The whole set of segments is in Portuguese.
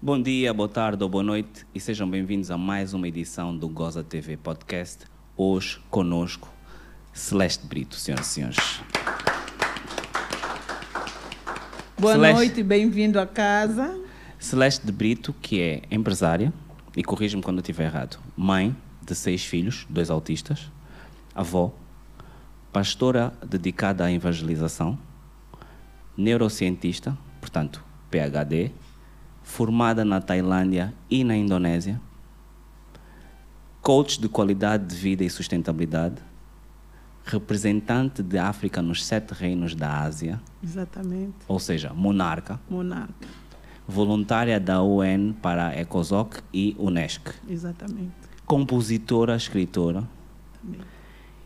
Bom dia, boa tarde ou boa noite e sejam bem-vindos a mais uma edição do Goza TV Podcast. Hoje conosco Celeste Brito, senhoras e senhores. Boa Celeste. noite, bem-vindo a casa. Celeste de Brito, que é empresária, e corrija-me quando eu estiver errado, mãe de seis filhos, dois autistas, avó, pastora dedicada à evangelização, neurocientista, portanto, PhD, formada na Tailândia e na Indonésia, coach de qualidade de vida e sustentabilidade, representante de África nos sete reinos da Ásia, Exatamente. ou seja, monarca, Monarca. voluntária da UN para a ECOSOC e UNESCO, Exatamente. compositora, escritora Também.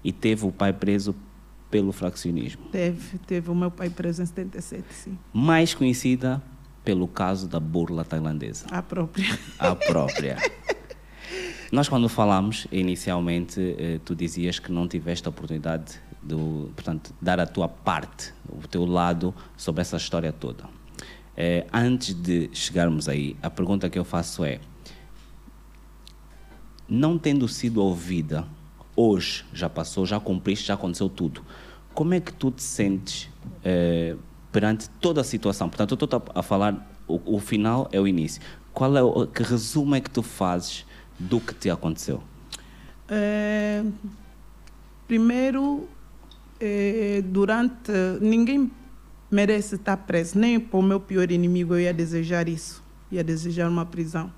e teve o pai preso pelo fraccionismo, Teve, teve o meu pai preso em 77, sim. mais conhecida pelo caso da burla tailandesa, A própria. a própria. Nós quando falámos inicialmente, eh, tu dizias que não tiveste a oportunidade de, portanto, dar a tua parte, o teu lado sobre essa história toda. Eh, Antes de chegarmos aí, a pergunta que eu faço é, não tendo sido ouvida, hoje já passou, já cumpriste, já aconteceu tudo. Como é que tu te sentes eh, perante toda a situação? Portanto, eu estou a falar, o, o final é o início. Qual é o que resumo é que tu fazes do que te aconteceu? É, primeiro, é, durante. Ninguém merece estar preso, nem para o meu pior inimigo eu ia desejar isso, ia desejar uma prisão.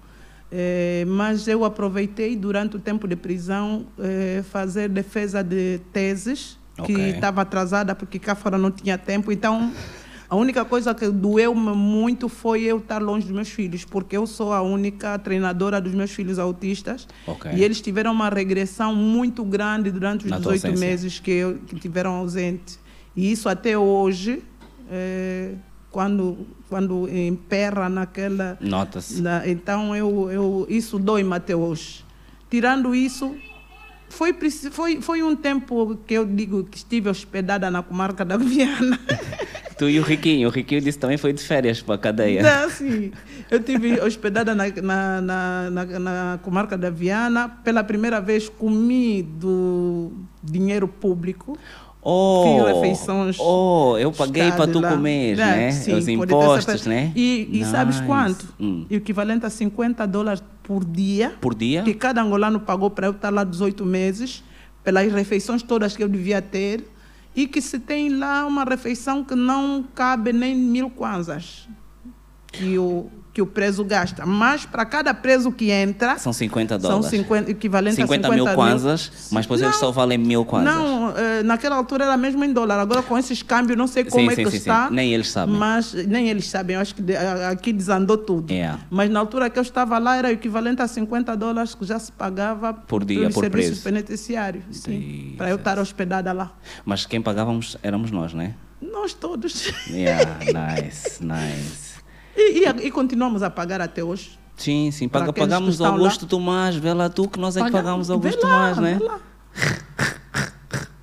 É, mas eu aproveitei durante o tempo de prisão é, fazer defesa de teses, que Ok. estava atrasada porque cá fora não tinha tempo, então. A única coisa que doeu-me muito foi eu estar longe dos meus filhos, porque eu sou a única treinadora dos meus filhos autistas Ok. e eles tiveram uma regressão muito grande durante os Na tua 18 ausência. meses que, eu- que tiveram ausente. E isso até hoje, eh, quando, quando emperra naquela. Nota-se. na- então, eu, eu, isso dói-me até hoje. Tirando isso, foi, preci- foi, foi um tempo que eu digo que estive hospedada na comarca da Viana. Tu e o Riquinho, o Riquinho disse que também foi de férias para a cadeia. Não, sim. Eu estive hospedada na, na, na, na- na comarca da Viana. Pela primeira vez comi do dinheiro público. Oh, Fui refeições oh, eu paguei para estado tu lá. comer, É, né? sim, Os pode ter impostos, certeza. né? E, e sabes Nice. quanto? Hum. Equivalente a 50 dólares por dia, Por dia? que cada angolano pagou para eu estar lá 18 meses, pelas refeições todas que eu devia ter. E que se tem lá uma refeição que não cabe nem mil kwanzas que o, que o preso gasta. Mas para cada preso que entra, São 50 são dólares. 50, equivalente 50 a mil 50 kwanzas, mas depois eles Não, só valem mil kwanzas. Não, eh, naquela altura era mesmo em dólar. Agora com esses câmbios, não sei como Sim, é sim, que sim, sim. está. Nem eles sabem. Mas nem eles sabem. Eu acho que de- a- aqui desandou tudo. É. Mas na altura que eu estava lá, era o equivalente a 50 dólares que já se pagava Por dia, pelos por serviços preso. penitenciários. Sim, para eu estar hospedada lá. Mas quem pagávamos éramos nós, né? Nós todos. Yeah, nice, nice. E, e, a- e continuamos a pagar até hoje. Sim, sim, Para paga, aqueles que pagamos estão lá. Augusto Tomás, vê lá tu que nós é que pagamos Augusto vê lá, Tomás, né? Vê lá.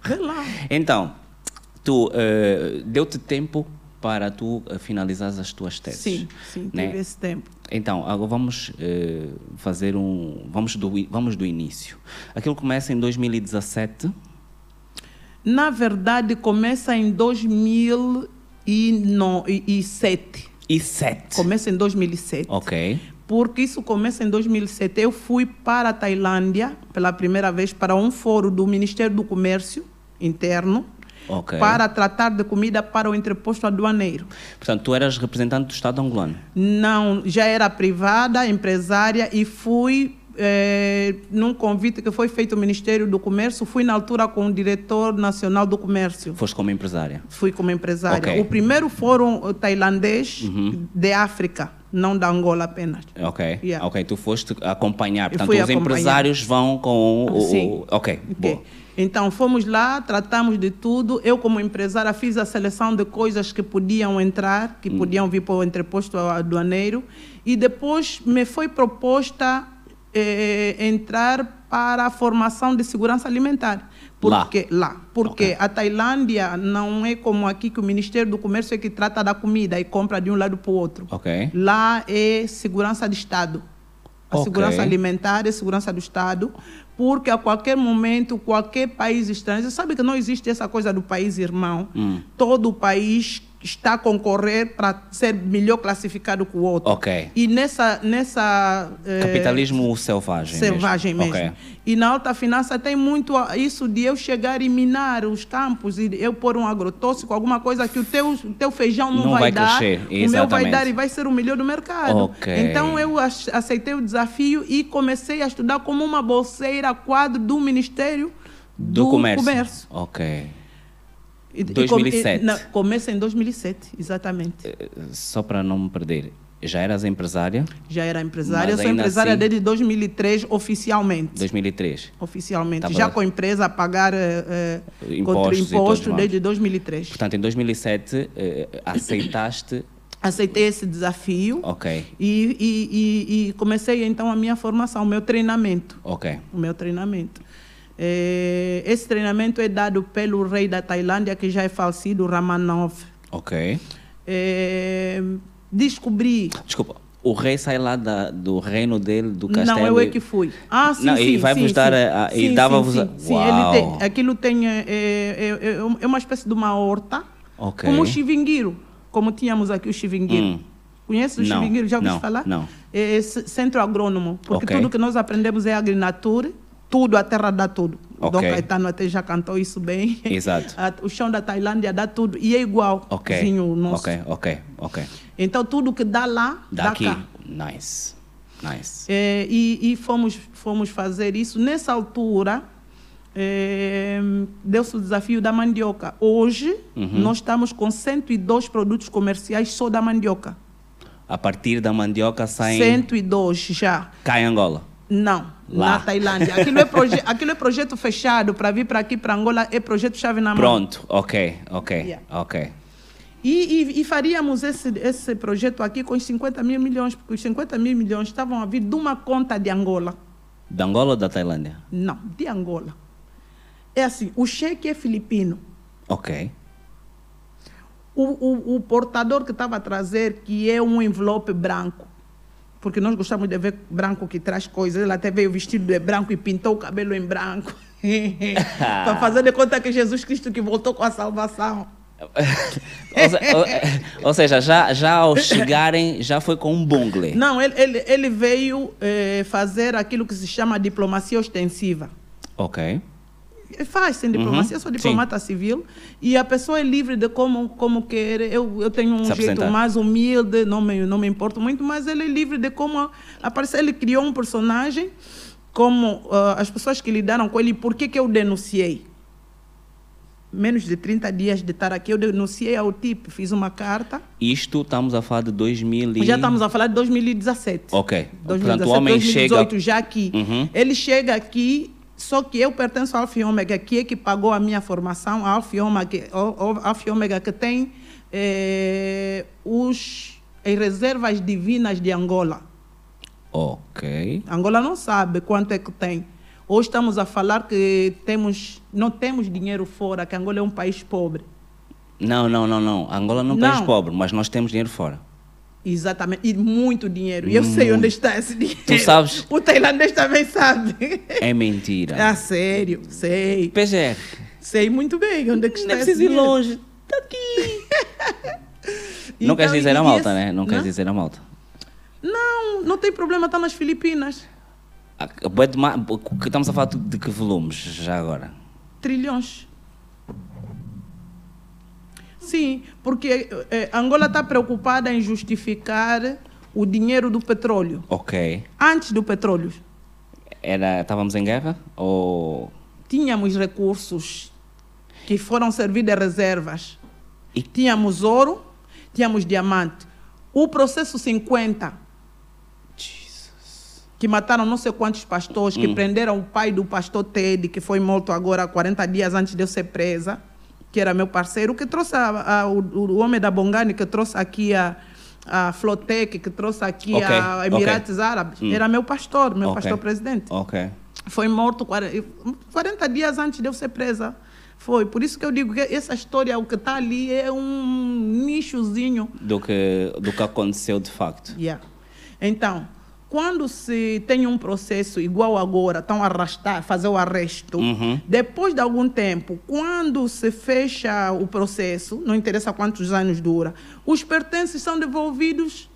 Vê lá. Então, tu eh, deu-te tempo para tu eh, finalizares as tuas teses. Sim, sim, né? teve esse tempo. Então, agora vamos eh, fazer um. Vamos do, i- vamos do início. Aquilo começa em 2017. Na verdade, começa em 2007. E 7. Começa em 2007. Ok. Porque isso começa em 2007. Eu fui para a Tailândia pela primeira vez para um fórum do Ministério do Comércio Interno Ok. para tratar de comida para o entreposto aduaneiro. Portanto, tu eras representante do Estado angolano. Não, já era privada, empresária e fui eh, num convite que foi feito ao Ministério do Comércio. Fui na altura com o diretor nacional do comércio. Foste como empresária. Fui como empresária. Ok. Uhum. O primeiro fórum eh, tailandês de África, não da Angola apenas. Ok. Yeah. Ok, tu foste acompanhar. Portanto, fui os acompanhar. Ah, empresários vão com o. o- Sim. o- ok, Ok. boa. Então fomos lá, tratamos de tudo. Eu, como empresária, fiz a seleção de coisas que podiam entrar, Hum. que podiam vir para o entreposto aduaneiro. E depois me foi eh, proposta eh, entrar para a formação de segurança alimentar. Porque, lá. Porque a Tailândia não é como aqui que o Ministério do Comércio é que trata da comida e compra de um lado para o outro. Ok. Lá é segurança de Estado. A Ok. segurança alimentar é segurança do Estado, porque a qualquer momento, qualquer país estrangeiro, sabe que não existe essa coisa do país irmão. Hum. Todo o país está a concorrer para ser melhor classificado que o outro. Ok. E nessa, nessa eh, Capitalismo selvagem. selvagem mesmo. Ok. E na alta finança tem muito a- isso de eu chegar e minar os campos e eu pôr um agrotóxico, alguma coisa que o teu, o teu feijão não, Não vai dar, crescer, o meu vai exatamente. dar e vai ser o melhor do mercado. Ok. Então eu ac- aceitei o desafio e comecei a estudar como uma bolseira quadro do Ministério Do, do, comércio. Comércio. Ok. E- e com- e- 2007. na- começa em 2007, exatamente. Eh, Só para não me perder, já eras empresária? Já era empresária, Mas eu sou ainda empresária assim- desde 2003 oficialmente. 2003. oficialmente, Tá já bom. com a empresa a pagar eh, eh, Impostos contra e todos imposto mais. desde 2003. Portanto, em 2007 eh, aceitaste. Aceitei esse desafio Ok, e, e- e- e comecei então a minha formação, o meu treinamento. ok. O meu treinamento. Eh, esse treinamento é dado pelo rei da Tailândia, que já é falecido, Ramanov. Ok. Eh, descobri. Desculpa, o rei sai lá da- do reino dele, do castelo. Não, eu é e- que fui. Ah, sim, Não, sim. e vai-vos sim, dar sim. a- a- e Sim, dava-vos sim, a- sim, sim, ele tem- Uau. aquilo tem... É, é, é- é uma espécie de uma horta, Ok. como o chivingueiro, como tínhamos aqui o chivingueiro. Hum. Conhece o Não, chivingueiro? Já ouviu não, falar? não. É, esse centro agrônomo, porque Ok. tudo que nós aprendemos é agricultura, tudo, a terra dá tudo. O Dom Ok. Caetano até já cantou isso bem. Exato. A- o chão da Tailândia dá tudo, e é igual Ok. vizinho nosso. Ok, ok, ok. Então, tudo que dá lá, dá Daqui. cá. Nice. Nice. É, e e fomos, fomos fazer isso. Nessa altura, é, deu-se o desafio da mandioca. Hoje, Uhum. nós estamos com 102 produtos comerciais só da mandioca. A partir da mandioca saem. 102 já. Cai Angola. Não, Lá. na Tailândia. Aquilo é, proje aquilo é projeto fechado para vir para aqui, para Angola, é projeto chave na mão. Pronto, ok, ok, Yeah. ok. E, e- e faríamos esse, esse projeto aqui com os 50 mil milhões, porque os 50 mil milhões estavam a vir de uma conta de Angola. Da Angola ou da Tailândia? Não, de Angola. É assim, o cheque é filipino. Ok. O, o- o portador que estava a trazer, que é um envelope branco, porque nós gostamos de ver branco que traz coisas, ele até veio vestido de branco e pintou o cabelo em branco. Para fazer de conta que Jesus Cristo que voltou com a salvação. ou, se- ou- ou seja, já, já ao chegarem, já foi com um bungle. Não, ele, ele- ele veio eh, fazer aquilo que se chama diplomacia ostensiva. Ok. Faz sem É diplomacia, Uhum. eu sou diplomata civil e a pessoa é livre de como, como quer. Eu, eu tenho um Se jeito apresentar. mais humilde, não me, não me importo muito, mas ele é livre de como aparecer. Ele criou um personagem, como ah, as pessoas que lidaram com ele, por que, que eu denunciei? Menos de 30 dias de estar aqui, eu denunciei ao TIP, fiz uma carta. Isto estamos a falar de 2000 e... Já estamos a falar de 2017. Ok. Portanto, o 2017, homem 2018 chega... já aqui. Uhum. Ele chega aqui, só que eu pertenço ao Alfa e Ômega, que é que pagou a minha formação, a Alfa e Ômega, que- o- o- Alfa e Ômega que tem eh, os, as reservas divinas de Angola. Ok. Angola não sabe quanto é que tem. Hoje estamos a falar que temos, não temos dinheiro fora, que Angola é um país pobre. Não, não, não, não. Angola não é um país Não. pobre, mas nós temos dinheiro fora. Exatamente, e muito dinheiro. E eu sei onde está esse dinheiro. sabes? O tailandês também sabe. É mentira. Ah, sério, sei. PGR, Sei muito bem onde é que não está é esse preciso ir dinheiro. longe. Tá aqui. não Então, queres dizer e a malta, esse- né? Não queres Não? dizer a malta. Não, não tem problema, está nas Filipinas. Ah, bué de ma- que Estamos a falar de que volumes já agora? Trilhões. Sim, porque eh, Angola está preocupada em justificar o dinheiro do petróleo. Ok. Antes do petróleo, Era, estávamos em guerra? Ou. tínhamos recursos que foram servir de reservas. E- Tínhamos ouro, tínhamos diamante. O processo 50 que mataram não sei quantos pastores, Hum. que prenderam o pai do pastor Ted, que foi morto agora há 40 dias antes de eu ser presa, que era meu parceiro, que trouxe a- a- o, o homem da Bongani, que trouxe aqui a, a Flotec, que trouxe aqui Ok, Hum. a Emirates Árabes, era meu pastor, meu Ok. pastor presidente. Ok. foi morto 40, 40 dias antes de eu ser presa. Foi. Por isso que eu digo que essa história, o que está ali, é um nichozinho. Do que, do que aconteceu de facto. Yeah. Então, quando se tem um processo igual agora, estão a arrastar, fazer o arresto, Uhum. depois de algum tempo, quando se fecha o processo, não interessa quantos anos dura, os pertences são devolvidos.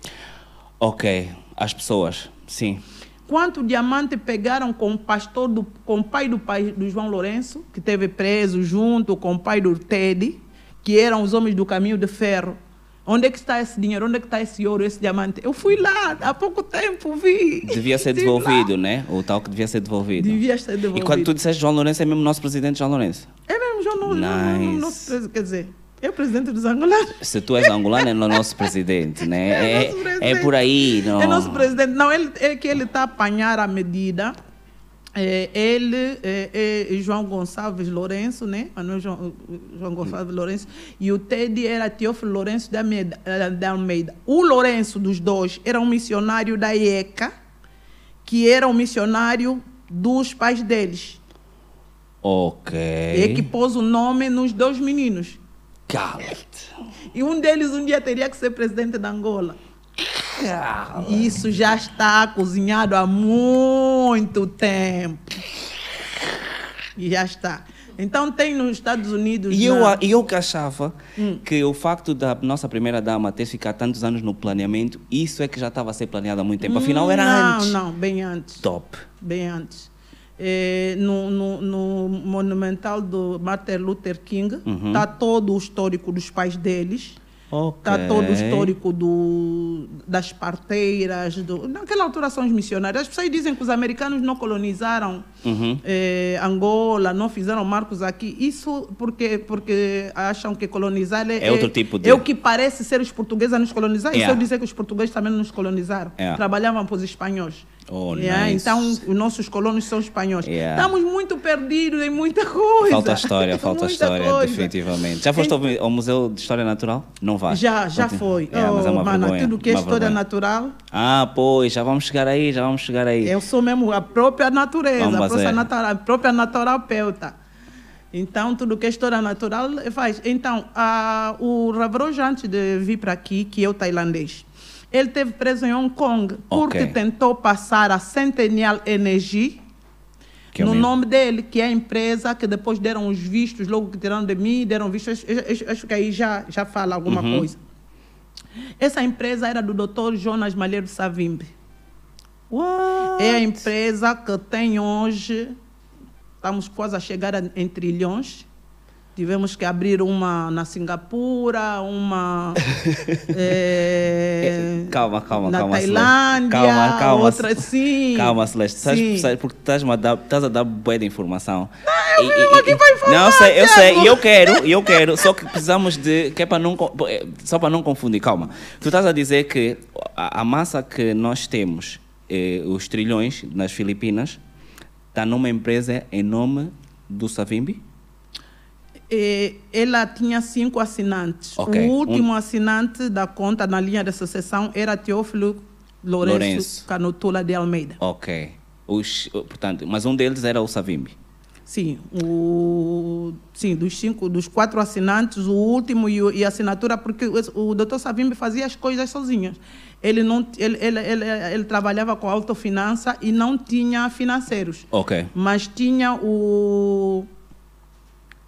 Ok, as pessoas, sim. Quanto diamante pegaram com o pastor do, com o pai do pai do João Lourenço, que teve preso junto com o pai do Teddy, que eram os homens do caminho de ferro. Onde é que está esse dinheiro? Onde é que está esse ouro, esse diamante? Eu fui lá há pouco tempo, vi. Devia ser Estive lá. devolvido, né? O tal que devia ser devolvido. Devia ser E devolvido. quando tu disseste João Lourenço, é mesmo nosso presidente João Lourenço. É mesmo, João Nunes. Nice. quer dizer, é o presidente dos angolanos. Se tu és angolano, é no nosso presidente, né? É, É nosso é presidente. por aí, não. É nosso presidente. Não, ele, é que ele está a apanhar a medida. É, ele, é, é João Gonçalves Lourenço, né? Manuel João, João Gonçalves Lourenço. E o Teddy era Teófilo Lourenço da Almeida, da Almeida. O Lourenço dos dois era um missionário da IECA, que era um missionário dos pais deles. Ok. É que pôs o nome nos dois meninos. Cala-te. E um deles um dia teria que ser presidente da Angola. E Isso já está cozinhado há muito tempo. E já está. Então tem nos Estados Unidos. E eu, na- a- e eu que achava Hum. que o facto da nossa primeira-dama ter ficado tantos anos no planeamento, isso é que já estava a ser planeado há muito tempo. Afinal, era não, antes. Não, bem antes. Top. Bem antes. Eh, no, no- no Monumental do Martin Luther King Uhum. está todo o histórico dos pais deles. Ok. Está todo o histórico do, das parteiras. Do, naquela altura são os missionários. As pessoas dizem que os americanos não colonizaram Uhum. eh, Angola, não fizeram marcos aqui. Isso porque, porque acham que colonizar é, É outro tipo de- É. É o que parece ser os portugueses a nos colonizar. Isso Yeah. eu dizer que os portugueses também nos colonizaram. Yeah. Trabalhavam para os espanhóis. É. Oh, Yeah, nice. Então, os nossos colonos são espanhóis. Yeah. Estamos muito perdidos em muita coisa. Falta história, falta é. Muita história, coisa. definitivamente. Já foste ao, mu- ao Museu de História Natural? Não vai. Já, já Não tem- foi. É, mas é Oh, uma mana, vergonha, tudo que é uma história vergonha. natural, Ah, pois, já vamos chegar aí, já vamos chegar aí. eu sou mesmo a própria natureza, Vamos a própria, fazer. natura, a própria naturapeuta. Então, tudo que é história natural faz. Então, a, o Ravroj, antes de vir para aqui, que é o tailandês, ele esteve preso em Hong Kong porque Ok. tentou passar a Centennial Energy Que é o no mesmo. nome dele, que é a empresa que depois deram os vistos, logo que tiraram de mim, deram vistos. Acho, acho- acho que aí já, já fala alguma Uhum. coisa. Essa empresa era do Dr. Jonas Malheiro Savimbi. What? É a empresa que tem hoje, estamos quase a chegar a- em trilhões. Tivemos que abrir uma na Singapura, uma eh, É, calma, calma, na calma, Celeste. Tailândia, Calma, calma, outra Celeste. sim. Calma, Celeste, sabes- Sim. sabes- porque estás a dar, estás a dar bué de informação. Não, eu aqui pra informar, Não, eu sei, eu sei, Tiago. e eu quero, e eu quero, só que precisamos de, que é para não, co- eh, só para não confundir, calma. Tu estás a dizer que a, a massa que nós temos, eh, os trilhões, nas Filipinas, está numa empresa em nome do Savimbi? Eh, ela tinha cinco assinantes. Ok. Um O último assinante da conta na linha de sucessão era Teófilo Lourenço, Lourenço. Canutula de Almeida. Ok. Os, portanto, mas um deles era o Savimbi. Sim, o, sim dos, cinco, dos quatro assinantes, o último e, o- e a assinatura, porque o, o doutor Savimbi fazia as coisas sozinho. Ele, não, ele, ele, ele, ele trabalhava com autofinança e não tinha financeiros. Ok. Mas tinha o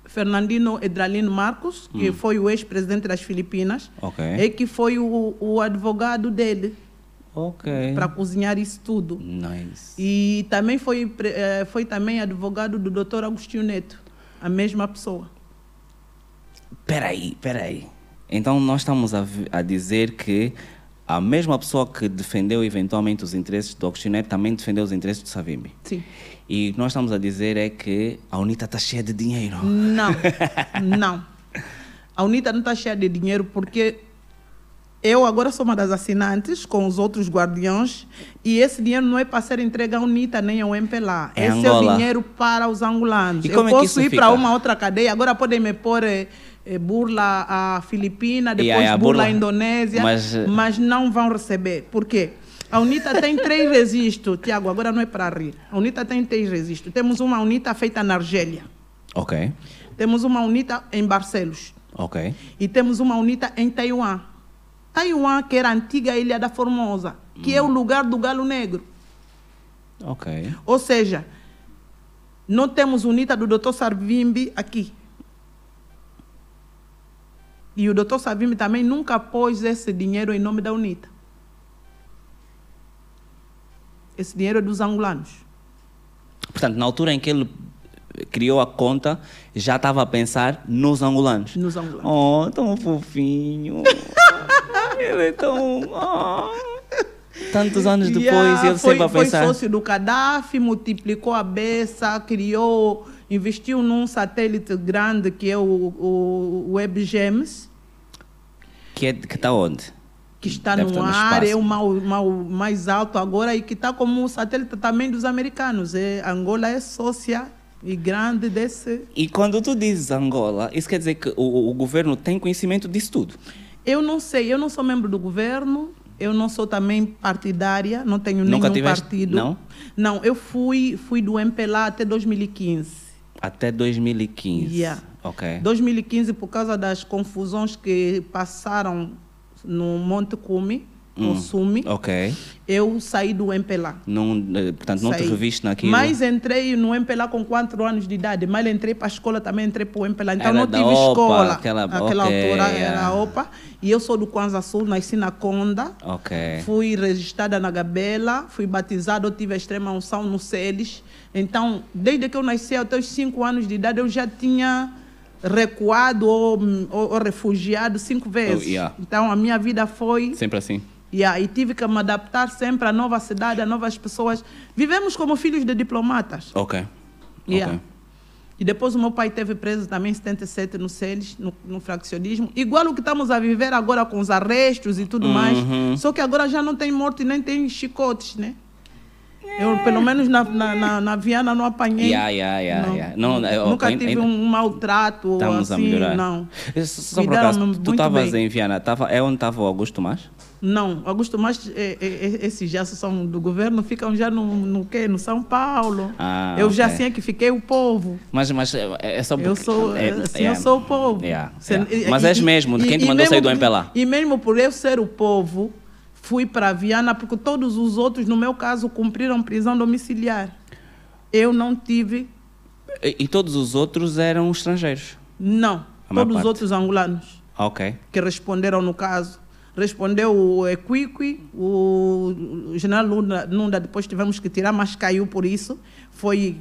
Fernandino Edralino Marcos, que foi o ex-presidente das Filipinas, Hum. Ok. e que foi o, o advogado dele Ok. para cozinhar isso tudo. Nice. E também foi, pre- eh, foi também advogado do Dr. Agostinho Neto, a mesma pessoa. Peraí, peraí. Então nós estamos a, vi- a dizer que a mesma pessoa que defendeu eventualmente os interesses do Agostinete também defendeu os interesses do Savimbi. Sim. E o que nós estamos a dizer é que a UNITA está cheia de dinheiro. Não, não. A UNITA não está cheia de dinheiro porque eu agora sou uma das assinantes com os outros guardiões e esse dinheiro não é para ser entregue à UNITA nem ao MPLA. É esse é Angola. o dinheiro para os angolanos. E eu como é que posso isso ir fica? para uma outra cadeia, agora podem me pôr eh, eh, burla à Filipina, E depois aí a burla à burla- Indonésia, Mas, mas, eh, não vão receber. Por quê? A UNITA tem três registros, Tiago, agora não é para rir. A UNITA tem três registros. Temos uma UNITA feita na Argélia, Ok, temos uma UNITA em Barcelos ok. e temos uma UNITA em Taiwan. Taiwan, que era a antiga Ilha da Formosa, que é o lugar do galo negro. Ok. Ou seja, não temos UNITA do Dr. Sarvimbi aqui. E o Dr. Sarvimbi também nunca pôs esse dinheiro em nome da UNITA. Esse dinheiro é dos angolanos. Portanto, na altura em que ele criou a conta, já estava a pensar nos angolanos. Nos angolanos. Oh, tão fofinho. ele é tão. oh. Tantos anos depois, Yeah, ele ah, foi, sempre a foi pensar. sócio do Gaddafi, multiplicou a beça, criou, investiu num satélite grande que é o, o WebGems. Que está onde? que está Deve no estar no ar, espaço. é o mau- mau- mais alto agora e que está como um satélite também dos americanos. É, Angola é sócia e grande desse. E quando tu dizes Angola, isso quer dizer que o, o governo tem conhecimento disso tudo. Eu não sei, eu não sou membro do governo, eu não sou também partidária, não tenho Nunca nenhum tiveste- partido. não? Não, eu fui, fui do MPLA até 2015. Até 2015. Yeah. Ok. 2015, por causa das confusões que passaram no Monte Cume, Hum. no Sume, Ok. eu saí do MPLA. Não, eh, portanto, não te Saí. reviste naquilo. Mas entrei no MPLA com 4 anos de idade. Mas entrei para a escola também, entrei para o MPLA. Então Era não da tive OPA, escola. aquela- Naquela ok, altura é. era a OPA. E eu sou do Kwanza Sul, nasci na Conda. Ok. Fui registrada na Gabela, fui batizada, eu tive a extrema unção no CELES. Então, desde que eu nasci até os 5 anos de idade, eu já tinha recuado ou, ou- ou refugiado cinco vezes. yeah. Então, a minha vida foi Sempre assim. Yeah, e tive que me adaptar sempre à nova cidade, a novas pessoas. Vivemos como filhos de diplomatas. Ok. Yeah. Ok. E depois o meu pai teve preso também em 77 no CELES, no, no fraccionismo. Igual o que estamos a viver agora com os arrestos e tudo Uhum. mais. Só que agora já não tem morte e nem tem chicotes, né? Eu, pelo menos na, na, na, na Viana, não apanhei. Yeah, yeah, yeah, Não. yeah. Não, eh, Nunca ainda- tive ainda- um maltrato Estamos assim, a melhorar. não. Eh, Só, só Me por acaso, deram tu muito estavas bem. em Viana, tava, é onde estava o Augusto Mas? Não, Augusto, mas é, é, é, esses gestos são do governo, ficam já no, no quê? No São Paulo. Ah, eu já ok. sei que fiquei o povo. Mas, mas eh, é só porque... Eu sou, é, assim, é, eu sou o povo. yeah, Você- yeah. e- Mas e- és mesmo, de e- quem te e mandou sair do mesmo- MPLA? E mesmo por eu ser o povo, fui para Viana, porque todos os outros, no meu caso, cumpriram prisão domiciliar. Eu não tive, E, e todos os outros eram estrangeiros. não. A maior Todos os parte. outros angolanos. Ah, Ok. que responderam no caso. Respondeu o Equiqui, o general Lunda, Nunda, depois tivemos que tirar, mas caiu por isso. Foi,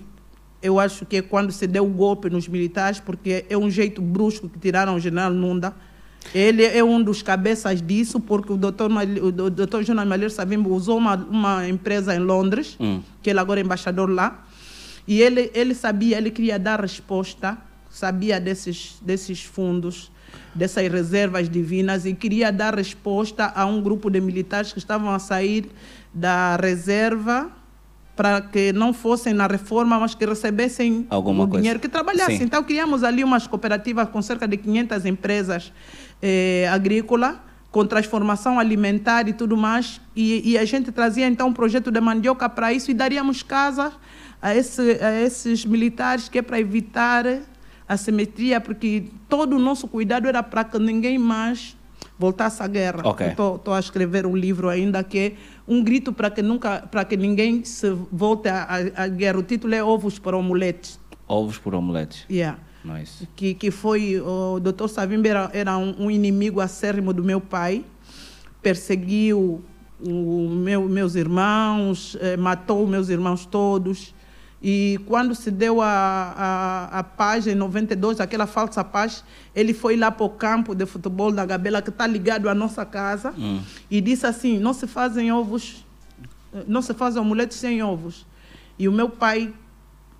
eu acho que é quando se deu o golpe nos militares, porque é um jeito brusco que tiraram o general Nunda. Ele é um dos cabeças disso, porque o doutor, o doutor Jonas Malheiro Savimbo usou uma, uma empresa em Londres, Hum. que ele agora é embaixador lá, e ele, ele sabia, ele queria dar resposta, sabia desses, desses fundos, dessas reservas divinas, e queria dar resposta a um grupo de militares que estavam a sair da reserva para que não fossem na reforma, mas que recebessem Alguma o coisa. dinheiro, que trabalhassem. Sim. Então, criamos ali umas cooperativas com cerca de 500 empresas eh, agrícolas, com transformação alimentar e tudo mais. E, e a gente trazia, então, um projeto de mandioca para isso e daríamos casa a, esse- a esses militares, que é para evitar a simetria, porque todo o nosso cuidado era para que ninguém mais voltasse à guerra. Ok. Estou a escrever um livro ainda que é um grito para que nunca, para que ninguém se volte à, à- à guerra. O título é Ovos para Omulete. Ovos por omeletes. Yeah Não é isso. que, que foi o Dr. Savimbi era, era um, um inimigo acérrimo do meu pai, perseguiu o meu, meus irmãos, eh, matou meus irmãos todos. E quando se deu a, a, a paz em 92, aquela falsa paz, ele foi lá para o campo de futebol da Gabela, que está ligado à nossa casa, e disse assim: não se fazem ovos, eh, não se fazem omeletes sem ovos. E o meu pai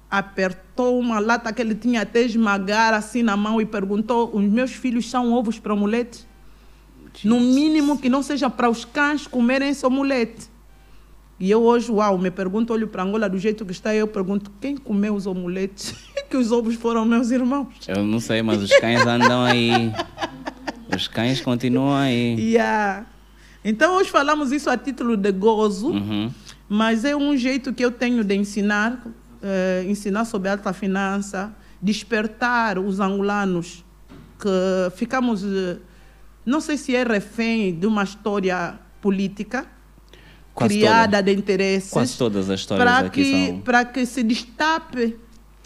apertou uma lata que ele tinha até esmagar assim na mão e perguntou: Os meus filhos são ovos para omelete? No mínimo que não seja para os cães comerem esse omelete. E eu hoje, uau, me pergunto, olho para Angola do jeito que está, eu pergunto: quem comeu os omeletes? que os ovos foram meus irmãos. Eu não sei, mas os cães andam aí. Os cães continuam aí. Yeah. Então, hoje falamos isso a título de gozo, Uhum. mas é um jeito que eu tenho de ensinar, eh, ensinar sobre alta finança, despertar os angolanos que ficamos, eh, não sei se é refém de uma história política Quase criada todas- de interesses Quase todas as histórias para aqui que, são. para que se destape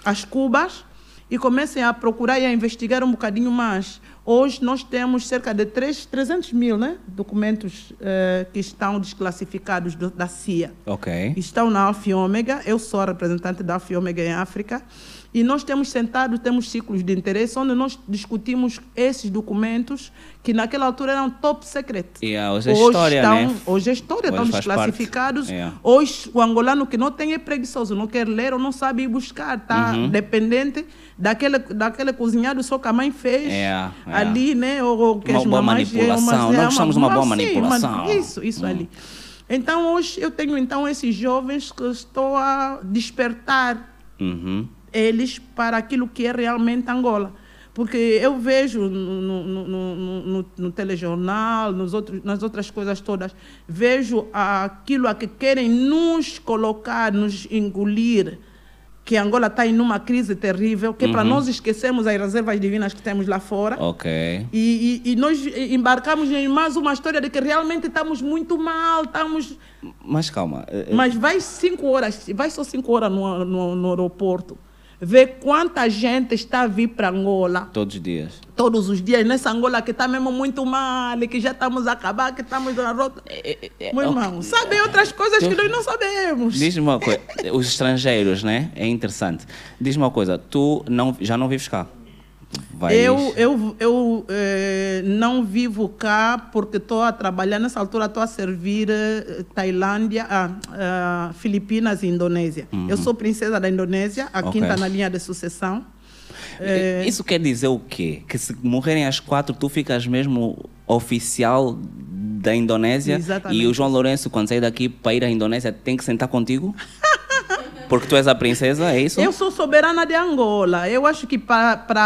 as cubas e comecem a procurar e a investigar um bocadinho mais. Hoje nós temos cerca de três 300 mil né, documentos eh, que estão desclassificados do- da CIA. Ok. Estão na Alfa e Ômega, eu sou a representante da Alfa e Ômega em África, e nós temos sentado, temos ciclos de interesse, onde nós discutimos esses documentos que naquela altura eram top secret. E a- hoje é história, estão, né? Hoje é história, Hoje estão faz parte. desclassificados. É. Hoje o angolano que não tem é preguiçoso, não quer ler ou não sabe ir buscar, está Uhum. dependente daquele, daquele cozinhado só que a mãe fez É, é. ali, né? Ou, ou que Uma as boa mamães- é, manipulação. mas é Nós uma- gostamos de uma boa sim, manipulação. Hum. isso, isso ali. Então hoje eu tenho então esses jovens que estou a despertar Uhum. eles para aquilo que é realmente Angola. Porque eu vejo no, no, no- no- no- no telejornal, nos outros, nas outras coisas todas, vejo aquilo a que querem nos colocar, nos engolir, que Angola está em uma crise terrível, que é para nós esquecemos as reservas divinas que temos lá fora. Oh. Ok. E, e- e nós embarcamos em mais uma história de que realmente estamos muito mal, estamos Mas calma. eh, mas vai cinco horas, vai só cinco horas no, no, no aeroporto. Vê quanta gente está a vir para Angola eh, Todos os dias. todos os dias, nessa Angola que está mesmo muito mal, que já estamos a acabar, que estamos na rota. Meu irmão, sabem outras coisas que nós não sabemos. Diz-me uma coisa. Os estrangeiros, né? É interessante. Diz-me uma coisa. Tu não, já não vives cá? Vais... Eu, eu, eu eh, não vivo cá porque estou a trabalhar, nessa altura estou a servir eh, Tailândia, ah, ah, Filipinas e Indonésia. Eu sou princesa da Indonésia, a Ok. quinta na linha de sucessão. É. Eh, Isso quer dizer o quê? Que se morrerem as quatro, tu ficas mesmo oficial da Indonésia? Exatamente. E o João Lourenço, quando sair daqui para ir à Indonésia, tem que sentar contigo? Porque tu és a princesa, é isso? Eu sou soberana de Angola. Eu acho que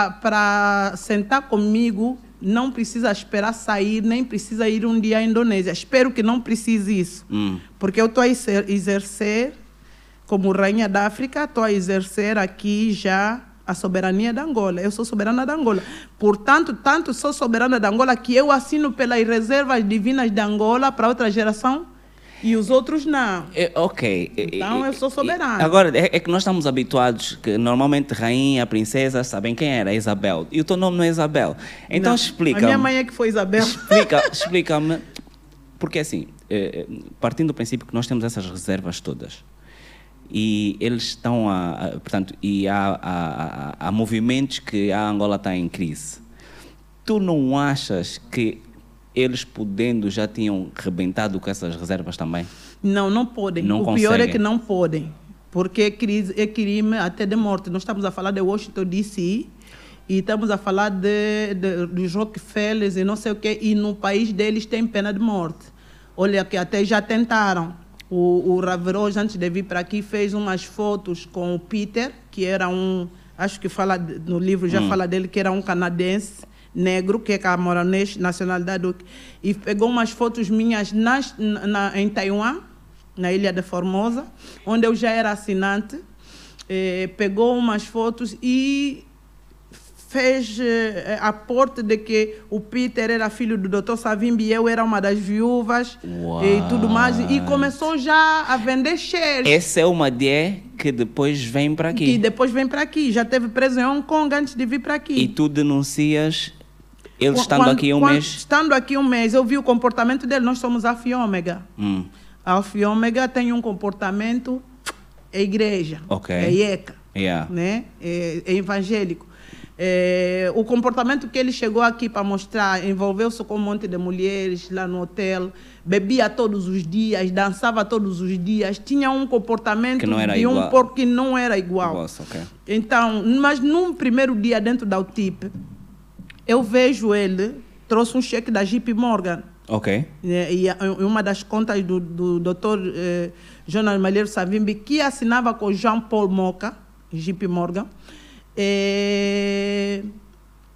para sentar comigo não precisa esperar sair, nem precisa ir um dia à Indonésia. Espero que não precise isso. Hum. Porque eu estou a exer- exercer, como rainha da África, estou a exercer aqui já a soberania da Angola. Eu sou soberana da Angola. Portanto, tanto sou soberana da Angola que eu assino pelas reservas divinas de Angola para outra geração e os outros não. É, ok. É, Então, é, eu sou é, soberana. Agora, é, é que nós estamos habituados que normalmente rainha, princesa, sabem quem era? Isabel. E o teu nome não é Isabel. Então Não. explica. A minha mãe é que foi Isabel. Explica- Explica-me. porque assim, eh, eh, partindo do princípio que nós temos essas reservas todas. E eles estão a. a- portanto, e há, há- há- há movimentos que a Angola está em crise. Tu não achas que eles podendo já tinham rebentado com essas reservas também? Não, não podem. Não o pior é conseguem. que não podem. Porque é crise, é crime até de morte. Nós estamos a falar de Washington, D.C. E estamos a falar de, de, dos Rockefellers e não sei o quê. E no país deles tem pena de morte. Olha, que até já tentaram. O, o Raveroz, antes de vir para aqui, fez umas fotos com o Peter, que era um. Acho que fala de- no livro já fala dele, que era um canadense negro, que é camoronês, nacionalidade. do- E pegou umas fotos minhas nas, na, na- em Taiwan, na Ilha de Formosa, onde eu já era assinante. Eh, pegou umas fotos e fez eh, aporte de que o Peter era filho do Dr. Savimbi e eu era uma das viúvas e tudo mais. E começou já a vender shares. Essa é uma ideia que depois vem para E aqui. depois vem para aqui. Já teve preso em Hong Kong antes de vir para E aqui. tu denuncias eles estando Quando- aqui um quando- mês. Estando aqui um mês, eu vi o comportamento dele. Nós somos Alfa e Ômega. Hum, Alfa e Ômega tem um comportamento... É igreja. Ok. É IECA. yeah. né? É, é evangélico. É, o comportamento que ele chegou aqui para mostrar, envolveu-se com um monte de mulheres lá no hotel, bebia todos os dias, dançava todos os dias, tinha um comportamento Que não era de um igual. porco que não era igual. Nossa, ok. Então, mas num primeiro dia dentro da UTIP, eu vejo ele, trouxe um cheque da JP Morgan, Ok. né, e a- e uma das contas do, do Dr. Eh, Jonas Malheiro Savimbi, que assinava com Jean Paul Moca, JP Morgan, eh,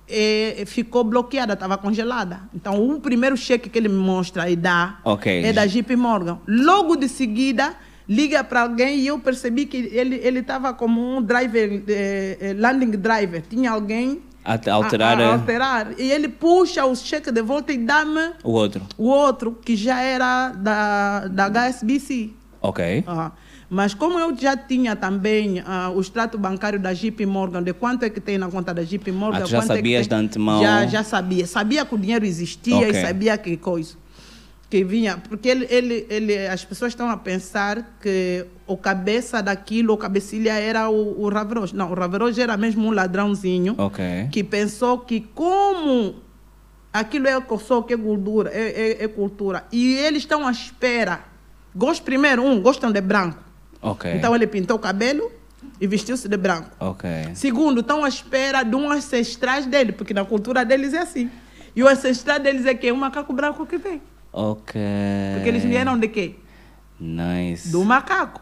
eh, ficou bloqueada, estava congelada. Então, o primeiro cheque que ele me mostra e dá Ok. é da JP Morgan. Logo de seguida, liga para alguém e eu percebi que ele ele estava como um driver, eh, eh, landing driver. Tinha alguém A- alterar, a- a eh, alterar. E ele puxa o cheque de volta e dá-me O outro. o outro, que já era da, da HSBC. Ok. Ah, Mas como eu já tinha também ah, o extrato bancário da JP Morgan, de quanto é que tem na conta da JP Morgan, Ah, tu já quanto é que sabias tem, de antemão? Já, já sabia. Sabia que o dinheiro existia Ok. e sabia que coisa. Que vinha. Porque ele, ele, ele, as pessoas estão a pensar que o cabeça daquilo, o cabecilha era o, o Ravroche. Não, o Ravroche era mesmo um ladrãozinho Ok. que pensou que como aquilo é só que é gordura, é, é- é cultura, e eles estão à espera. Gostam primeiro, um, gostam de branco. Ok. Então ele pintou o cabelo e vestiu-se de branco. Ok. Segundo, estão à espera de um ancestrais dele, porque na cultura deles é assim. E o ancestral deles é quem? O macaco branco que vem. Ok. Porque É. eles vieram de quê? Nice. Do macaco.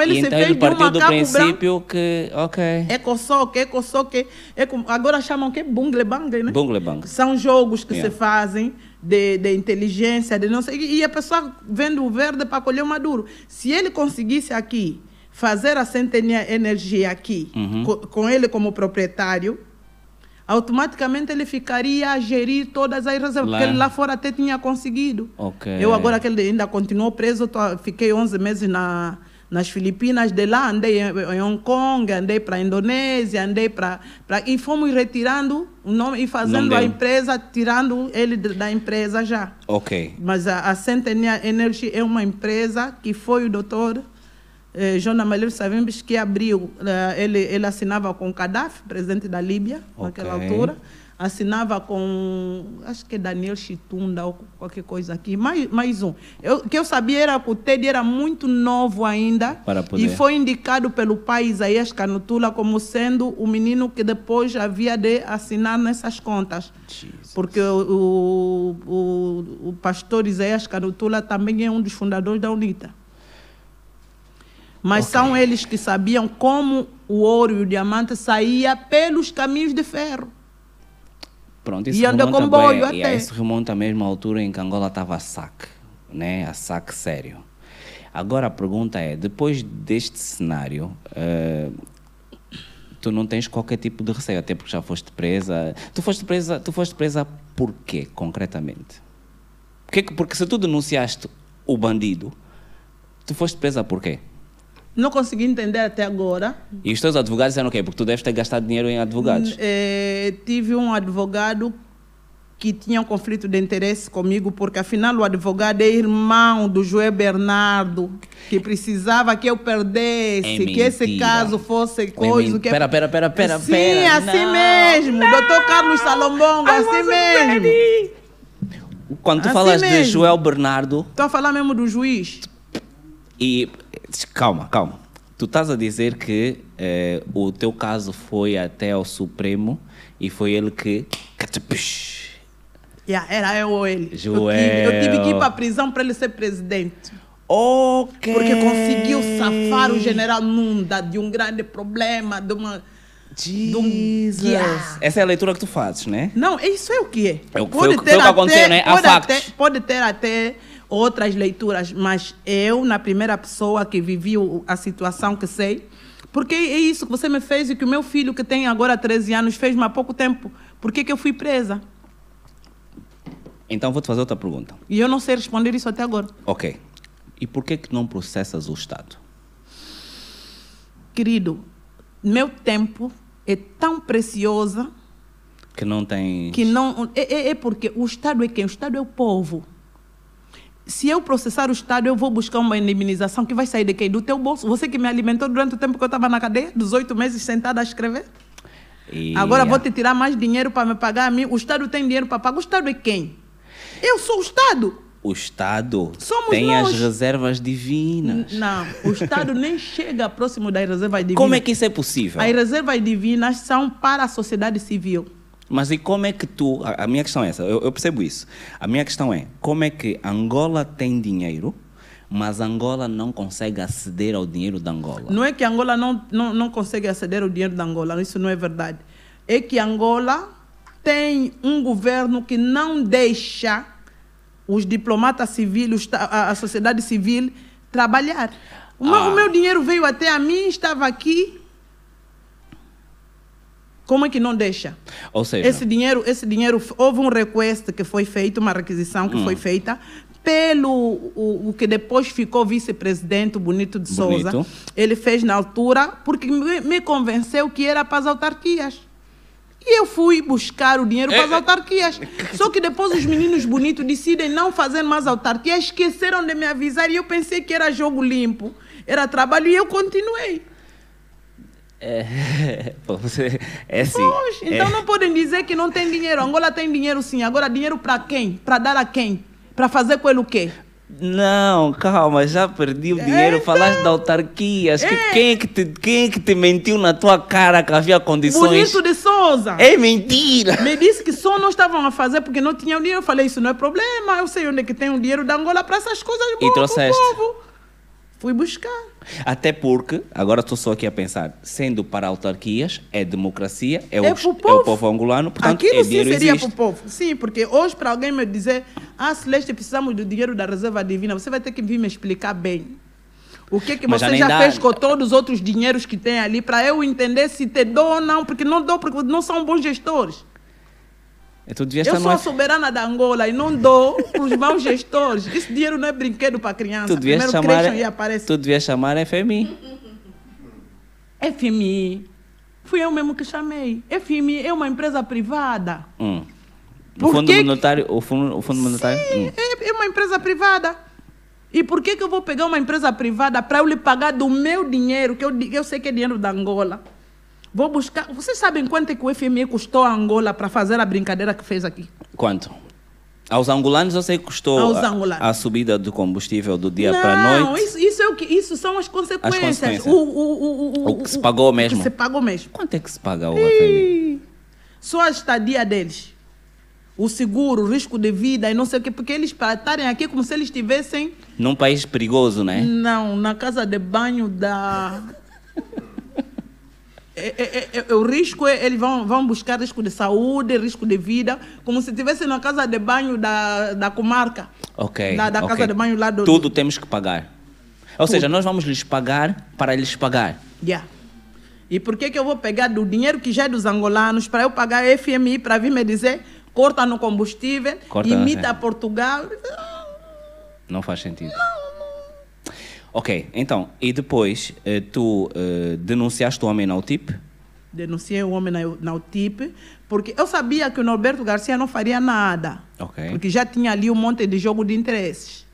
Isso- ele e se então fez ele de um partiu macaco do branco. princípio que. Ok. É Ecosoque, ecosoque. eco- é Agora chamam que bungle bangle, né? Bungle É. Bang. São jogos que Yeah. se fazem de, de inteligência, de não sei. E a pessoa vendo o verde para colher o maduro. Se ele conseguisse aqui fazer a Centenia Energia aqui, Uhum. co- com, ele como proprietário, automaticamente ele ficaria a gerir todas as reservas, Lá. porque ele lá fora até tinha conseguido. Ok. Eu agora que ele ainda continuou preso, tô- fiquei 11 meses na, nas Filipinas, de lá andei em, em Hong Kong, andei para a Indonésia, andei para... E fomos retirando o nome e fazendo a dele. empresa, tirando ele de- da empresa já. Ok. Mas a, a Centennial Energy é uma empresa que foi o doutor eh, João Amalio Savimbes que abriu. eh, ele, ele assinava com Gaddafi, presidente da Líbia, naquela Ok. altura. Assinava com, acho que é Daniel Chitunda ou qualquer coisa aqui. Mais, mais um. Eu- O que eu sabia era que o Teddy era muito novo ainda. Para poder. E foi indicado pelo pai Isaías Canutula como sendo o menino que depois havia de assinar nessas contas. Jesus. Porque o, o, o, o pastor Isaías Carutula também é um dos fundadores da UNITA. Mas são eles que sabiam como o ouro e o diamante saía pelos caminhos de ferro. Pronto, E isso anda remonta comboio bem- até. Isso remonta à mesma altura em que Angola estava a saque, né? A saque sério. Agora a pergunta é, depois deste cenário, eh, tu não tens qualquer tipo de receio, até porque já foste presa. Tu foste presa, tu foste presa por quê, concretamente? Porque, porque se tu denunciaste o bandido, tu foste presa por quê? Não consegui entender até agora. E os teus advogados disseram o quê? Porque tu deves ter gastado dinheiro em advogados. Eh, tive um advogado que tinha um conflito de interesse comigo, porque afinal o advogado é irmão do Joé Bernardo, que precisava que eu perdesse, É que esse mentira. caso fosse coisa. men- que... é pera, pera, pera, pera, Sim, pera. assim Não, mesmo. Doutor Carlos Salombongo, assim mesmo. Quando tu Assim falas de mesmo. Joel Bernardo, Estou a falar mesmo do juiz. E calma, calma. Tu estás a dizer que eh, o teu caso foi até ao Supremo e foi ele que. Catapush. Yeah, era eu ou ele. Eu tive- Eu tive, Joel. que ir para a prisão para ele ser presidente. Ok. Porque conseguiu safar o general Nunda de um grande problema, de uma. Jesus. Yeah. Essa é a leitura que tu fazes, né? Não, isso é o que é. É o que foi o que- foi o que aconteceu, né? Há pode, até, factos. pode ter até outras leituras, mas eu, na primeira pessoa que vivi o- a situação que sei, porque é isso que você me fez e que o meu filho, que tem agora 13 anos, fez-me há pouco tempo. Por que, que eu fui presa? Então vou-te fazer outra pergunta. E eu não sei responder isso até agora. Ok. E por que que não processas o Estado? Querido, meu tempo é tão precioso Que não tem. que não é, é- é porque o Estado é quem? O Estado é o povo. Se eu processar o Estado, eu vou buscar uma indemnização que vai sair de quem? Do teu bolso. Você que me alimentou durante o tempo que eu estava na cadeia, 18 meses sentada a escrever. E- Agora vou te tirar mais dinheiro para me pagar a mim. O Estado tem dinheiro para pagar. O Estado é quem? Eu sou o Estado. O Estado Somos tem as nós. Hum. reservas N- divinas. Não, o Estado nem chega próximo das reservas divinas. Como é que isso é possível? As reservas divinas são para a sociedade civil. Mas e como é que tu. A, a minha questão é essa, eu, eu percebo isso. A minha questão é: como é que Angola tem dinheiro, mas Angola não consegue aceder ao dinheiro de Angola? Não é que Angola não, não, não consegue aceder ao dinheiro da Angola, isso não é verdade. É que Angola tem um governo que não deixa os diplomatas civis, os ta- a, a sociedade civil, trabalhar. O meu- Ah. o meu dinheiro veio até a mim, estava aqui. Como é que não deixa? Ou seja, Esse dinheiro, esse dinheiro, houve um request que foi feito, uma requisição que foi Hum. feita pelo o, o que depois ficou vice-presidente, o Bonito de Bonito. Souza. Ele fez na altura porque me, me convenceu que era para as autarquias. E eu fui buscar o dinheiro É, para as autarquias. Só que depois os meninos bonitos decidem não fazer mais autarquia, esqueceram de me avisar e eu pensei que era jogo limpo, era trabalho e eu continuei. é, você- é assim. Pois, então é- não podem dizer que não tem dinheiro. Angola tem dinheiro sim. Agora, dinheiro para quem? Para dar a quem? Para fazer com ele o quê? Não, calma, já perdi o dinheiro. Falaste da autarquia. Acho que quem, é que te, quem é que te mentiu na tua cara que havia condições? Bonito de Souza. É mentira! Me disse que só não estavam a fazer porque não tinham dinheiro. Eu falei, isso não é problema. Eu sei onde é que tem o dinheiro da Angola para essas coisas boas pro trouxeste? povo. Fui buscar. Até porque, agora estou só aqui a pensar, sendo para autarquias, é democracia, é, É o, pro é o povo. povo angolano, portanto, Aquilo é sim dinheiro seria existe. para o povo. Sim, porque hoje para alguém me dizer, ah, Celeste, precisamos do dinheiro da reserva divina, você vai ter que vir me explicar bem. O que, que Mas já você nem já dá. fez com todos os outros dinheiros que tem ali para eu entender se te dou ou não, porque não dou, porque não são bons gestores. Então devia estar eu no sou a F- soberana da Angola e não dou para os maus gestores. Esse dinheiro não é brinquedo para criança. tu devias Primeiro chamar, crescem e aparecem. tu devias chamar FMI. FMI. Fui eu mesmo que chamei. FMI é uma empresa privada. Hum. O Por fundo que que- monetário, o fundo, o fundo monetário. Sim, hum. é, é uma empresa privada. E por que, que eu vou pegar uma empresa privada para eu lhe pagar do meu dinheiro, que eu, di- eu sei que é dinheiro da Angola? Vou buscar. Vocês sabem quanto é que o FMI custou a Angola para fazer a brincadeira que fez aqui? Quanto? Aos angolanos eu sei que custou Aos a, angolanos. a subida do combustível do dia Não, para a é noite. Isso, isso, é o que, isso são as consequências. consequências. O, o- o- o- O que se pagou O mesmo. que se pagou mesmo. Quanto é que se paga o FMI? Ih, Só a estadia deles. O seguro, o risco de vida e não sei o quê. Porque eles para estarem aqui é como se eles tivessem Num país perigoso, né? Não, na casa de banho da. É- é- é- é- o risco é, eles vão, vão buscar risco de saúde, risco de vida, como se estivesse na casa de banho da, da comarca. Ok. Da, da ok. casa de banho lá do. Tudo temos que pagar. Ou seja, nós vamos lhes pagar para lhes pagar. Yeah. E por que, que eu vou pegar do dinheiro que já é dos angolanos para eu pagar a FMI para vir me dizer corta no combustível, Corta, imita é. Portugal? Não faz sentido. Ok, então, e depois eh, tu eh, denunciaste o homem na UTIP? Denunciei o homem na, na UTIP, porque eu sabia que o Norberto Garcia não faria nada. Ok. Hum. Porque já tinha ali um monte de jogo de interesses.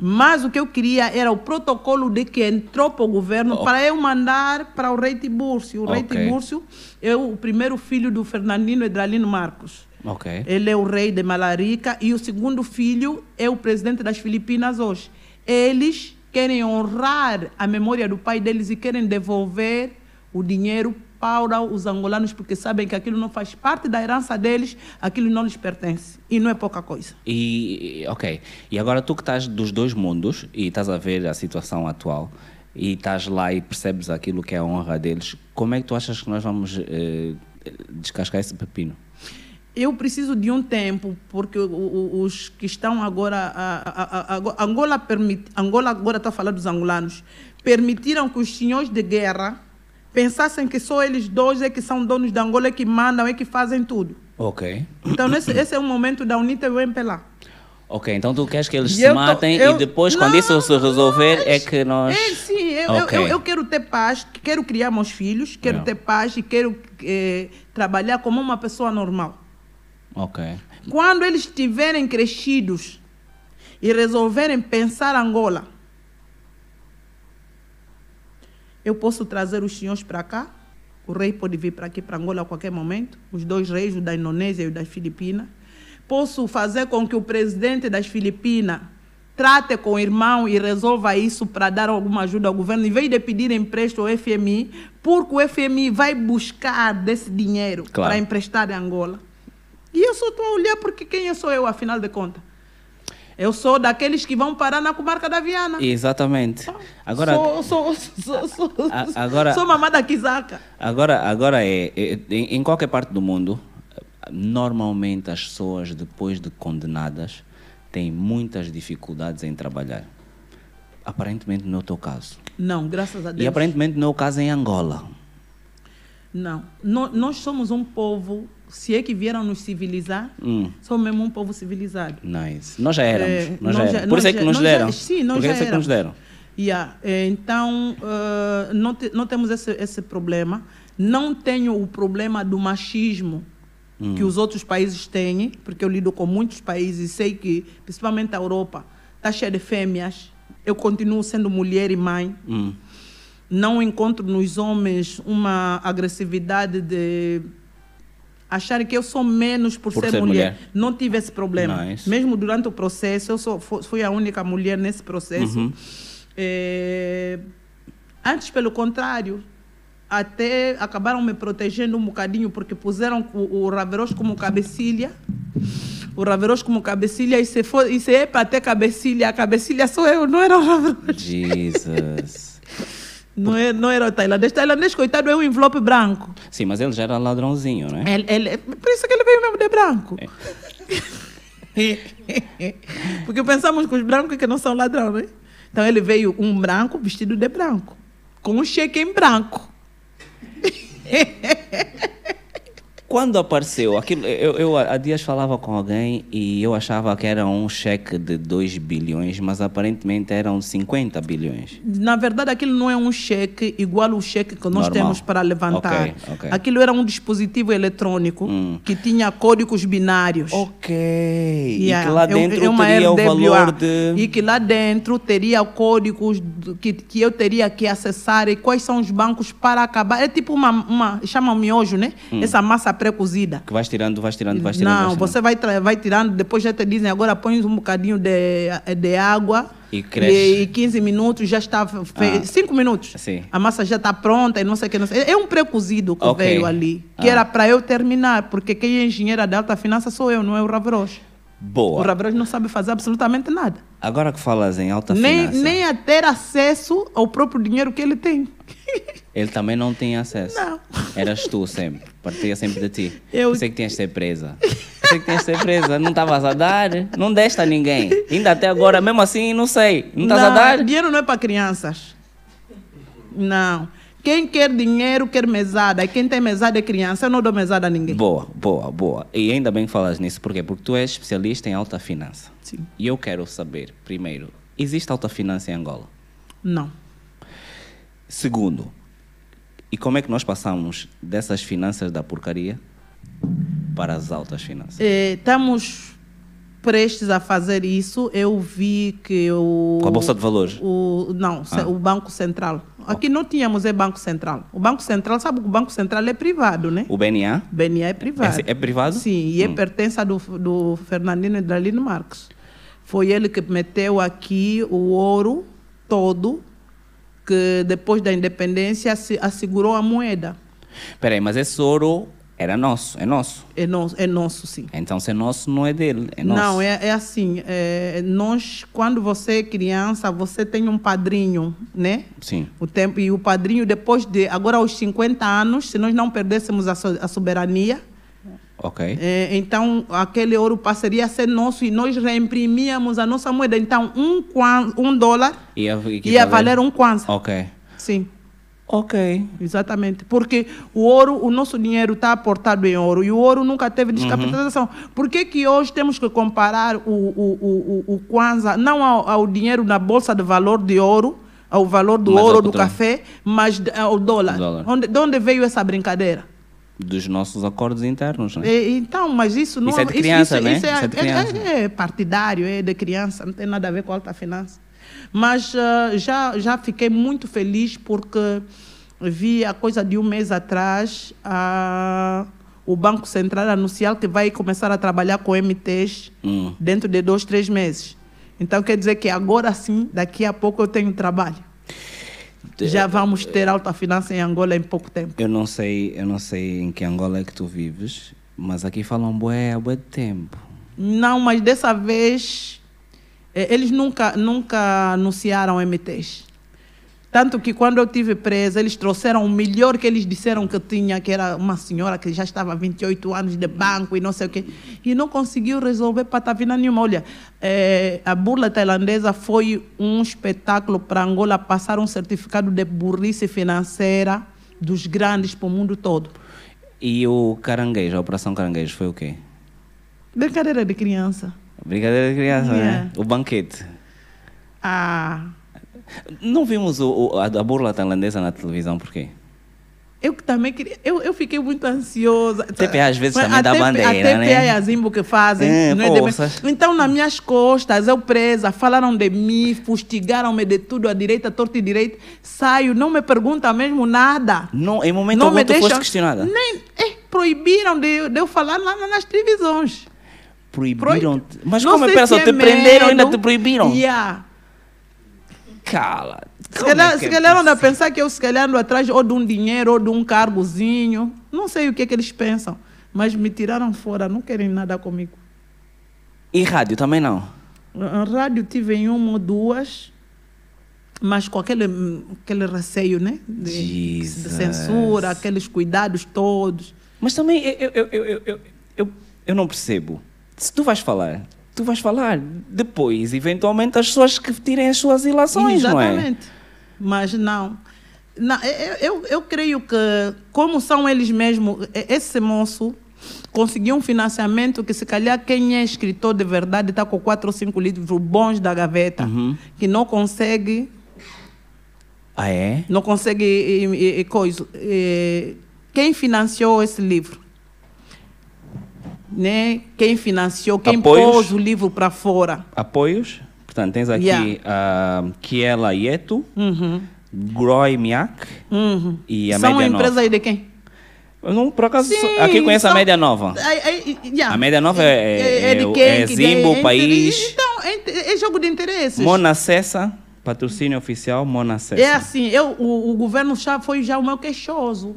Mas o que eu queria era o protocolo de que entrou para o governo Ok. para eu mandar para o rei Tibúrcio. O rei Ok. Tibúrcio é o primeiro filho do Fernandino Edralino Marcos. Ok. Ele é o rei de Malarica e o segundo filho é o presidente das Filipinas hoje. Eles querem honrar a memória do pai deles e querem devolver o dinheiro para os angolanos porque sabem que aquilo não faz parte da herança deles, aquilo não lhes pertence e não é pouca coisa. E, ok, e agora tu que estás dos dois mundos e estás a ver a situação atual e estás lá e percebes aquilo que é a honra deles, como é que tu achas que nós vamos eh, descascar esse pepino? Eu preciso de um tempo, porque o- o- os que estão agora. a- a- a- a- Angola, permit, Angola, agora está falando dos angolanos, permitiram que os senhores de guerra pensassem que só eles dois é que são donos da Angola, é que mandam, é que fazem tudo. Ok. Então, esse, esse é o momento da UNITA e o MPLA. Ok, então tu queres que eles E se eu tô- matem eu- e depois, quando isso se resolver, é que nós. É, sim, eu, eu- Ok. eu, eu quero ter paz, quero criar meus filhos, quero Não. ter paz e quero eh, trabalhar como uma pessoa normal. Ok. Quando eles estiverem crescidos e resolverem pensar Angola, eu posso trazer os senhores para cá. O rei pode vir para aqui, para Angola, a qualquer momento. Os dois reis, o da Indonésia e o das Filipinas. Posso fazer com que o presidente das Filipinas trate com o irmão e resolva isso para dar alguma ajuda ao governo, em vez de pedir empréstimo ao FMI, porque o FMI vai buscar desse dinheiro Claro. para emprestar em Angola. E eu só estou a olhar porque quem eu sou eu, afinal de contas? Eu sou daqueles que vão parar na comarca da Viana. Exatamente. Agora, Sou, sou, sou, sou, A- agora- sou mamada quisaca. Agora, agora é, é- em em qualquer parte do mundo, normalmente as pessoas, depois de condenadas, têm muitas dificuldades em trabalhar. Aparentemente não é o teu caso. Não, graças a Deus. E aparentemente não é o caso em Angola. Não. No- nós somos um povo, se é que vieram nos civilizar, Hum. somos mesmo um povo civilizado. Nice. Nós já éramos. É, nós já nós já- éramos. Por isso é nós que já- nos nós já- deram. sim, nós Por já isso é que nos deram. éramos. Yeah. eh, Então, eh, não, te- não temos esse, esse problema. Não tenho o problema do machismo que os outros países têm, porque eu lido com muitos países e sei que, principalmente a Europa, está cheia de fêmeas. Eu continuo sendo mulher e mãe. Hum. Não encontro nos homens uma agressividade de achar que eu sou menos por, ser, mulher. Não tive esse problema. Nice. Mesmo durante o processo, eu sou, fo- fui a única mulher nesse processo. Uhum. Eh, antes, pelo contrário, até acabaram me protegendo um bocadinho, porque puseram o, o Raveros como cabecilha. O Raveros como cabecilha, e se, for, e se é para ter cabecilha, a cabecilha sou eu, não era o Raveros. Jesus. Não era, não era o tailandês. Tailandês, coitado, é um envelope branco. Sim, mas ele já era ladrãozinho, né? Ele, ele- por isso que ele veio mesmo de branco. É. Porque pensamos que os brancos é que não são ladrão, né? Então ele veio um branco vestido de branco, com um cheque em branco. Quando apareceu, aquilo, eu, eu há dias falava com alguém e eu achava que era um cheque de 2 bilhões, mas aparentemente eram 50 bilhões. Na verdade, aquilo não é um cheque igual o cheque que nós Normal. temos para levantar. Ok, ok. Aquilo era um dispositivo eletrônico Hum. que tinha códigos binários. Ok. E Yeah. que lá É um- dentro é uma teria o RWA. valor de. E que lá dentro teria códigos do- que, que eu teria que acessar e quais são os bancos para acabar. É tipo uma. uma chama miojo, né? Hum. Essa massa pré-cozida. Que vais tirando, vais tirando, vais tirando. Não, vais tirando. você vai, tra- vai tirando, depois já te dizem, agora põe um bocadinho de, de água. E cresce. E, e 15 minutos já está. Ah. 5 minutos. Sim. A massa já está pronta e não sei o que. Não sei. É um pré-cozido que Ok. veio ali. Que Ah. era para eu terminar, porque quem é engenheira da alta finança sou eu, não é o Ravroche. O Boa. Ravroche não sabe fazer absolutamente nada. Agora que falas em alta Nem, finança, nem a ter acesso ao próprio dinheiro que ele tem. ele também não tem acesso. Não. Eras tu sempre. Partia sempre de ti. Eu- Pensei que tinhas de ser presa. Pensei que tinhas de ser presa. Não estavas a dar. Não deste a ninguém. Ainda até agora, mesmo assim, não sei. Não estás a dar? Dinheiro não é para crianças. Não. Quem quer dinheiro quer mesada. E quem tem mesada é criança. Eu não dou mesada a ninguém. Boa, boa, boa. E ainda bem que falas nisso, por quê? Porque tu és especialista em alta finança. Sim. E eu quero saber, primeiro, existe alta finança em Angola? Não. Segundo, e como é que nós passamos dessas finanças da porcaria para as altas finanças? Eh, estamos prestes a fazer isso. Eu vi que o. Com a Bolsa de Valores? O, não, ce- Ah. o Banco Central. Aqui não tínhamos é Banco Central. O Banco Central, sabe que o Banco Central é privado, né? O BNA? BNA é privado. É- é privado? Sim, e é Hum. pertença do, do Fernandino Hidralino Marques. Foi ele que meteu aqui o ouro todo, que depois da independência se assegurou a moeda. Espera aí, mas esse ouro era nosso, é nosso. É nosso, é nosso sim. Então, se é nosso, não é dele, é nosso. Não, é, é assim, é, nós, quando você é criança, você tem um padrinho, né? Sim. O tempo, e o padrinho, depois de, agora aos 50 anos, se nós não perdêssemos a so- a soberania, Ok. É, então, aquele ouro passaria a ser nosso e nós reimprimíamos a nossa moeda. Então, um, kwan, um dólar Ia, ia valer um kwanza. é? Ok. Sim, Ok. exatamente. Porque o ouro, o nosso dinheiro está aportado em ouro e o ouro nunca teve descapitalização. Por que, que hoje temos que comparar o, o, o, o, o kwanza, não ao, ao dinheiro na bolsa de valor de ouro, ao valor do Mas ao ouro ou do petróleo. café, mas d- ao dólar? Dólar. Onde, de onde veio essa brincadeira? Dos nossos acordos internos, né? É, então, mas isso não Isso é de criança, né? é, Isso é de é- criança. é- é partidário, é de criança, não tem nada a ver com alta finança. Mas ah, já, já fiquei muito feliz porque vi a coisa de um mês atrás ah, o Banco Central anunciar que vai começar a trabalhar com MTs Hum. dentro de dois, três meses. Então quer dizer que agora sim, daqui a pouco eu tenho trabalho. É, Já vamos ter alta finança em Angola em pouco tempo. Eu não sei, eu não sei em que Angola é que tu vives, mas aqui falam bué, há bué de tempo. Não, mas dessa vez eh, eles nunca, nunca anunciaram MTs. Tanto que quando eu estive presa, eles trouxeram o melhor que eles disseram que tinha, que era uma senhora que já estava há 28 anos de banco e não sei o quê. E não conseguiu resolver patavina nenhuma. Olha, eh, a burla tailandesa foi um espetáculo para Angola passar um certificado de burrice financeira dos grandes para o mundo todo. E o caranguejo, a Operação Caranguejo, foi o quê? Brincadeira de criança. Brincadeira de criança, né? Yeah. O banquete. Ah, Não vimos o- o- a, a burla tailandesa na televisão, por quê? eu que também queria. Eu, eu fiquei muito ansiosa. TPA às vezes Foi também a dá TP bandeira, a TPA né? e a Zimbo que fazem. É, não é de- poças. Então, nas minhas costas, eu presa, falaram de mim, fustigaram-me de tudo, à direita, à torta e direito. Saio, não me pergunta mesmo nada. Não, em momento não algum me então tu foste deixam. questionada. Nem, é, proibiram de, de eu falar lá na- nas televisões. Proibiram. Proib- Mas Não como é sei pessoal, se te é prenderam e ainda medo. te proibiram? Yeah. Cala. Se Como é calhar, que se é calhar anda a pensar que eu se calhar ando atrás ou de um dinheiro ou de um cargozinho. Não sei o que é que eles pensam. Mas me tiraram fora, não querem nada comigo. E rádio também não. Na rádio tive em uma ou duas, mas com aquele, hum, aquele receio, né? De, de Jesus. censura, aqueles cuidados todos. Mas também eu, eu, eu, eu, eu, eu, eu não percebo. Se tu vais falar, tu vais falar depois, eventualmente, as pessoas que tirem as suas ilações, não é? Exatamente. Mas não. Na- eu, eu, eu creio que, como são eles mesmos, e- esse moço conseguiu um financiamento que, se calhar, quem é escritor de verdade está com quatro ou cinco livros bons da gaveta, Uhum. que não consegue Ah, é? não consegue e, e- e coisa. E quem financiou esse livro? Né? Quem financiou, quem Apoios? pôs o livro para fora? Apoios. Portanto, tens aqui Yeah. a Kiela Yeto, Uhum, Groy Miak uhum. e a São Média é empresas Nova. aí de quem? Eu não, por acaso, Sim, aqui conheço a são- Média Nova. Ai, ai, yeah. A Média Nova é- é- é- é Que Zimbo, entre- país. Então, é, inte- é jogo de interesses. Mona Cessa, patrocínio oficial Mona Cessa. é assim, eu, o, o governo já foi já o meu queixoso.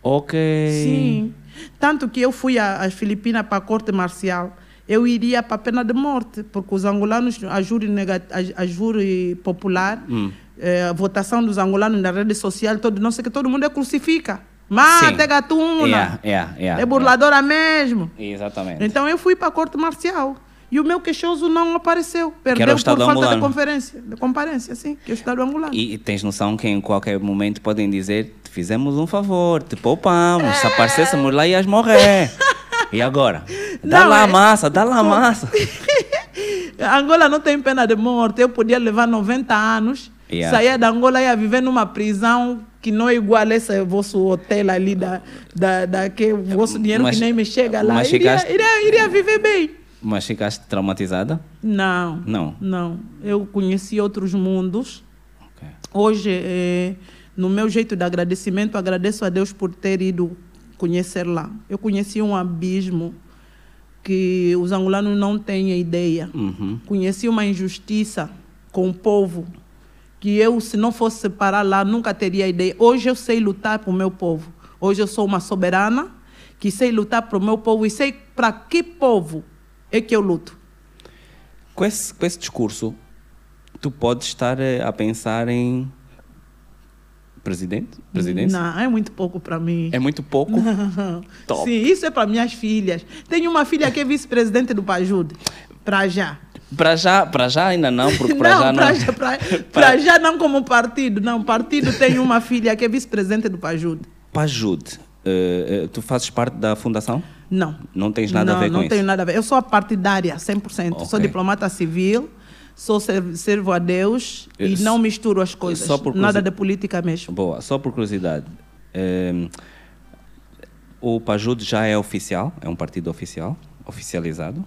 Ok. Sim. Tanto que eu fui à- às Filipinas para a corte marcial. Eu iria para a pena de morte, porque os angolanos, a júri, nega- a- a júri popular, Hum. eh, a votação dos angolanos na rede social, todo, não sei o que, todo mundo é crucifica. Mata, Sim. é gatuna, Yeah, yeah, yeah, é burladora mesmo. é. Exatamente. Então eu fui para a corte marcial. E o meu queixoso não apareceu. Perdeu por Estado falta angolano. de conferência. De comparência, sim, que é o Estado angolano. E e tens noção que em qualquer momento podem dizer: te fizemos um favor, te poupamos, se aparecêssemos lá ias morrer. e agora? Dá Não, lá a é- massa, dá lá a massa. Angola não tem pena de morte. Eu podia levar 90 anos, Yeah. sair da Angola e ia viver numa prisão que não é igual a esse vosso hotel ali, da, da, da que o vosso dinheiro Mas- que nem me chega lá. mas chegaste- Iria, iria, iria viver bem. Mas ficaste traumatizada? Não, Não. não. Eu conheci outros mundos. Ok. Hoje, eh, no meu jeito de agradecimento, agradeço a Deus por ter ido conhecer lá. Eu conheci um abismo que os angolanos não têm a ideia. Uhum. Conheci uma injustiça com o povo que eu, se não fosse parar lá, nunca teria ideia. Hoje eu sei lutar para o meu povo. Hoje eu sou uma soberana que sei lutar para o meu povo e sei para que povo é que eu luto. Com, esse, com esse discurso, tu podes estar eh, a pensar em. Presidente? Presidência? Não, é muito pouco para mim. É muito pouco. Top. Sim, isso é para minhas filhas. Tenho uma filha que é vice-presidente do Pajude. Para já. Para já, para já ainda não, porque para não, já não. para já, pra- pra já não como partido. Não, partido tem uma filha que é vice-presidente do Pajude. Para Jude, eh, eh, tu fazes parte da fundação? Não. Não tens nada não, a ver não com tenho isso. nada a ver. Eu sou a partidária, 100%. Sou Ok. diplomata civil, sou ser- servo a Deus Eh, e s- não misturo as coisas. só por nada curiosi- de política mesmo. Boa, só por curiosidade. ehm, o Pajudo já é oficial, é um partido oficial, oficializado.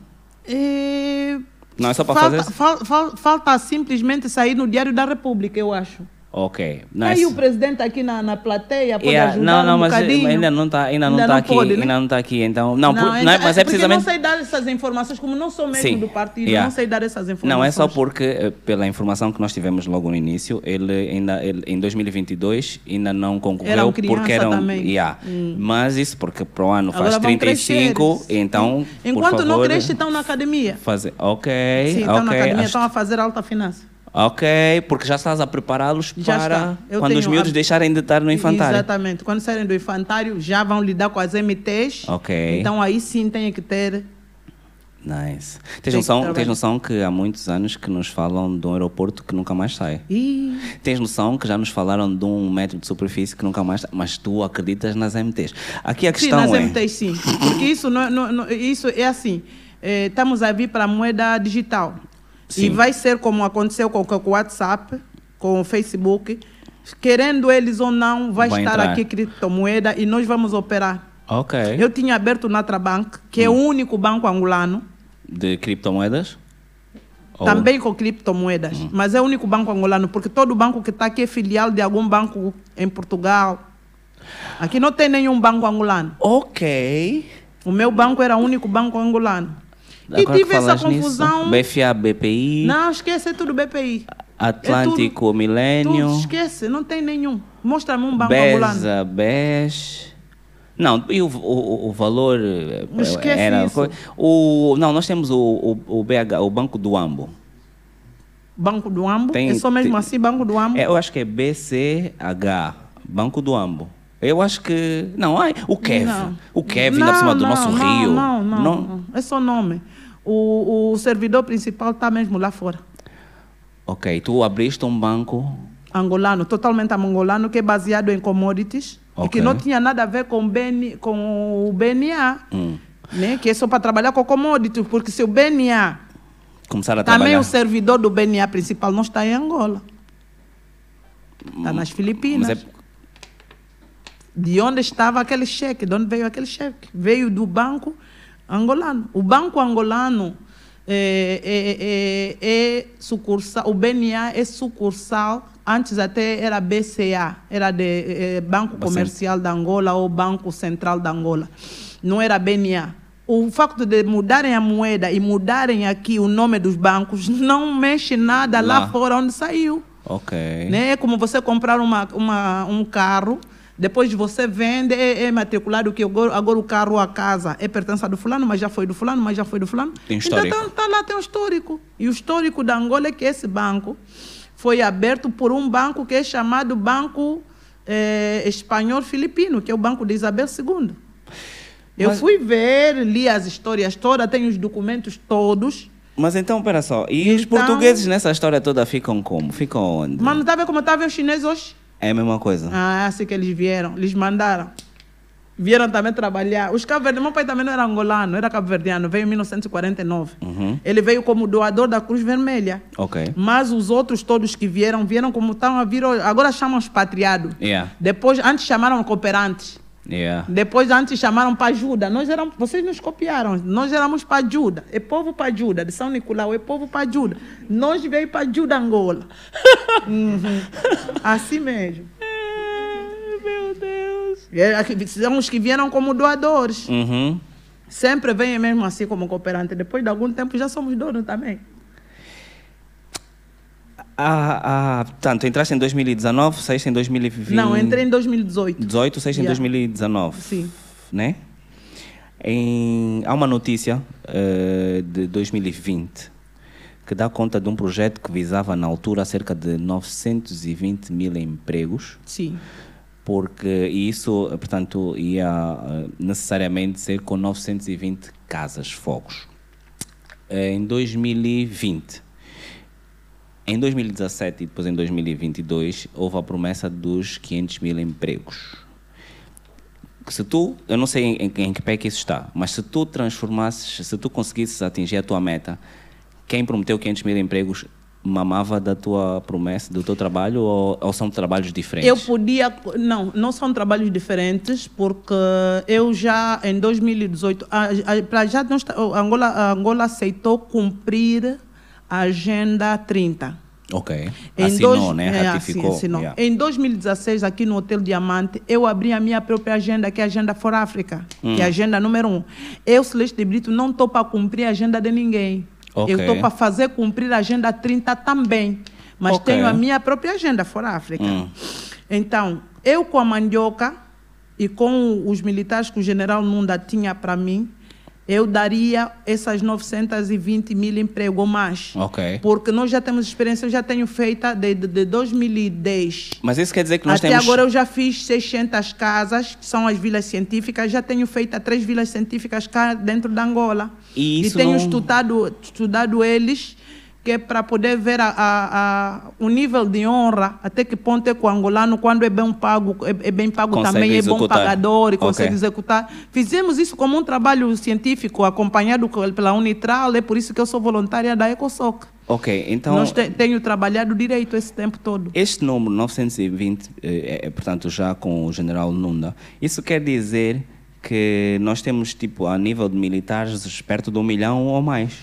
Eh, Não, é só pra falta, fazer- fal- fal- falta simplesmente sair no Diário da República, eu acho. Ok. Aí nice. o presidente tá aqui na, na plateia pode Yeah, ajudar não, não, um mas eh, bocadinho. ainda não está, ainda não Ainda tá não aqui, pode, né? ainda não está aqui, então não, por- Não, não é- mas é porque precisamente não sei dar essas informações, como não sou membro Sim, do partido, yeah. não sei dar essas informações. Não, é só porque, eh, pela informação que nós tivemos logo no início, ele ainda ele, em 2022 ainda não concorreu Eram criança porque eram. também. Hum. Yeah. Mas isso porque para o ano faz Agora vão 35, crescer. então. por Enquanto não favor, cresce, estão na academia. Fazer. Ok, Sim, ok. estão na academia, acho- estão a fazer alta finança. Ok, porque já estás a prepará-los Já para está. Eu quando os tenho miúdos a- deixarem de estar no infantário. Exatamente. Quando saírem do infantário, já vão lidar com as MTs. Ok. Então aí sim tem que ter. Nice. Tem Tens que noção, trabalhar. tens noção que há muitos anos que nos falam de um aeroporto que nunca mais sai. Ih, Tens noção que já nos falaram de um metro de superfície que nunca mais sai. Mas tu acreditas nas MTs. Aqui a sim, questão nas é. MTs sim. Porque isso, não, não- não- isso é assim. eh, estamos a vir para a moeda digital. E Sim. vai ser como aconteceu com, com o WhatsApp, com o Facebook. Querendo eles ou não, vai, Vai estar entrar. É? aqui criptomoeda e nós vamos operar. Ok. Eu tinha aberto o Natrabank, que Hum. é o único banco angolano, De criptomoedas? Ou- também com criptomoedas, Hum. mas é o único banco angolano, porque todo banco que está aqui é filial de algum banco em Portugal. Aqui não tem nenhum banco angolano. Ok. O meu banco era o único banco angolano. Agora e que tive essa falas nisso, confusão. BFA, BPI, Não, esquece, é tudo BPI. Atlântico, Milênio. Tudo, esquece, não tem nenhum. Mostra-me um banco angolano. Beza, Bes. Não, e o, o, o valor eh, Esquece era isso. co- o não nós temos o, o, o BH, o Banco do Ambo. Banco do Ambo. Tem- é só mesmo tem- assim, Banco do Ambo. É, eu acho que é BCH, Banco do Ambo. Eu acho que não, ai, o Kevin, Não. o Kevin lá por cima do Não, nosso não, rio. Não, não, Não? não. É só nome. O, o servidor principal está mesmo lá fora. Ok, tu abriste um banco. Angolano, totalmente angolano, que é baseado em commodities. E Ok. que não tinha nada a ver com, BN, com o BNA. Hum, Né? Que é só para trabalhar com commodities. Porque se o BNA, começar a também trabalhar. o servidor do BNA principal não está em Angola. Está nas Filipinas. Mas é- de onde estava aquele cheque, de onde veio aquele cheque. Veio do banco angolano. O banco angolano é, é- é- é sucursal, o BNA é sucursal, antes até era BCA, era de, eh, Banco Bacen- Comercial da Angola ou Banco Central da Angola. Não era BNA. O facto de mudarem a moeda e mudarem aqui o nome dos bancos não mexe nada lá Lá. fora onde saiu. Ok. Né? É como você comprar uma, uma, um carro, depois você vende, é, é matriculado que agora, agora o carro, a casa, é pertença do fulano, mas já foi do fulano, mas já foi do fulano. Tem histórico. Então tá, tá lá, tem um histórico. E o histórico da Angola é que esse banco foi aberto por um banco que é chamado Banco eh, Espanhol Filipino, que é o banco de Isabel II. Eu Mas- fui ver, li as histórias todas, tenho os documentos todos. Mas então, pera só, e os Então- portugueses nessa história toda ficam como? Ficam onde? Mas não tá vendo como estava os chineses hoje? É a mesma coisa. Ah, assim que eles vieram. Eles mandaram. Vieram também trabalhar. Os cabo meu pai também não era angolano, era cabo-verdiano. Veio em 1949. Uhum. Ele veio como doador da Cruz Vermelha. Ok. Mas os outros todos que vieram, vieram como estão a vir hoje. Agora chamam expatriado. Yeah. Depois, antes chamaram cooperantes. Yeah. Depois, antes chamaram para ajuda. Nós éramos, vocês nos copiaram. Nós éramos para ajuda. É povo para ajuda. De São Nicolau, é povo para ajuda. Nós veio para ajuda Angola. Uhum. Assim mesmo. Meu Deus. É, aqui- São os que vieram como doadores. Uhum. Sempre vêm mesmo assim como cooperante. Depois de algum tempo já somos donos também. Ah, ah, portanto, entraste em 2019, saíste em 2020. Não, entrei em 2018. 18, saíste Yeah. em 2019. Sim. Né? Em- há uma notícia eh, de 2020 que dá conta de um projeto que visava na altura cerca de 920 mil empregos. Sim. porque isso, portanto, ia eh, necessariamente ser com 920 casas, fogos. Eh, Em 2020, em 2017 e depois em 2022, houve a promessa dos 500 mil empregos. Se tu, eu não sei em, em que pé que isso está, mas se tu transformasses, se tu conseguisses atingir a tua meta, quem prometeu 500 mil empregos mamava da tua promessa, do teu trabalho ou, ou são trabalhos diferentes? Eu podia. Não, não são trabalhos diferentes, porque eu já, em 2018, a- a- para já, nós, ta- a Angola, a Angola aceitou cumprir a Agenda 30. Ok. Em assinou, dois- né? é, Ratificou. assim, assinou. Yeah. Em 2016, aqui no Hotel Diamante, eu abri a minha própria agenda, que é a Agenda For África, que é a Hum. agenda número um. Eu, Celeste Brito, não estou para cumprir a agenda de ninguém. Ok. Eu estou para fazer cumprir a Agenda 30 também. Mas Ok. tenho a minha própria agenda For África. Hum. Então, eu com a mandioca e com os militares que o general Nunda tinha para mim, eu daria essas 920 mil empregos ou mais. Ok. Porque nós já temos experiência, eu já tenho feita desde de 2010. Mas isso quer dizer que nós Até temos. agora eu já fiz 600 casas, que são as vilas científicas. Já tenho feito três vilas científicas cá dentro da Angola. E isso tenho não- estudado, estudado eles, que é para poder ver a, a- a- o nível de honra, até que ponto é que o angolano, quando é bem pago, é, é bem pago Consegue também, é bom executar. pagador e consegue Ok. executar. Fizemos isso como um trabalho científico acompanhado co- pela Unitral, é por isso que eu sou voluntária da EcoSoc. Ok, então. Nós te, tenho trabalhado direito esse tempo todo. Este número 920, eh, é, é, portanto, já com o general Nunda, isso quer dizer que nós temos, tipo, a nível de militares, perto de um milhão ou mais.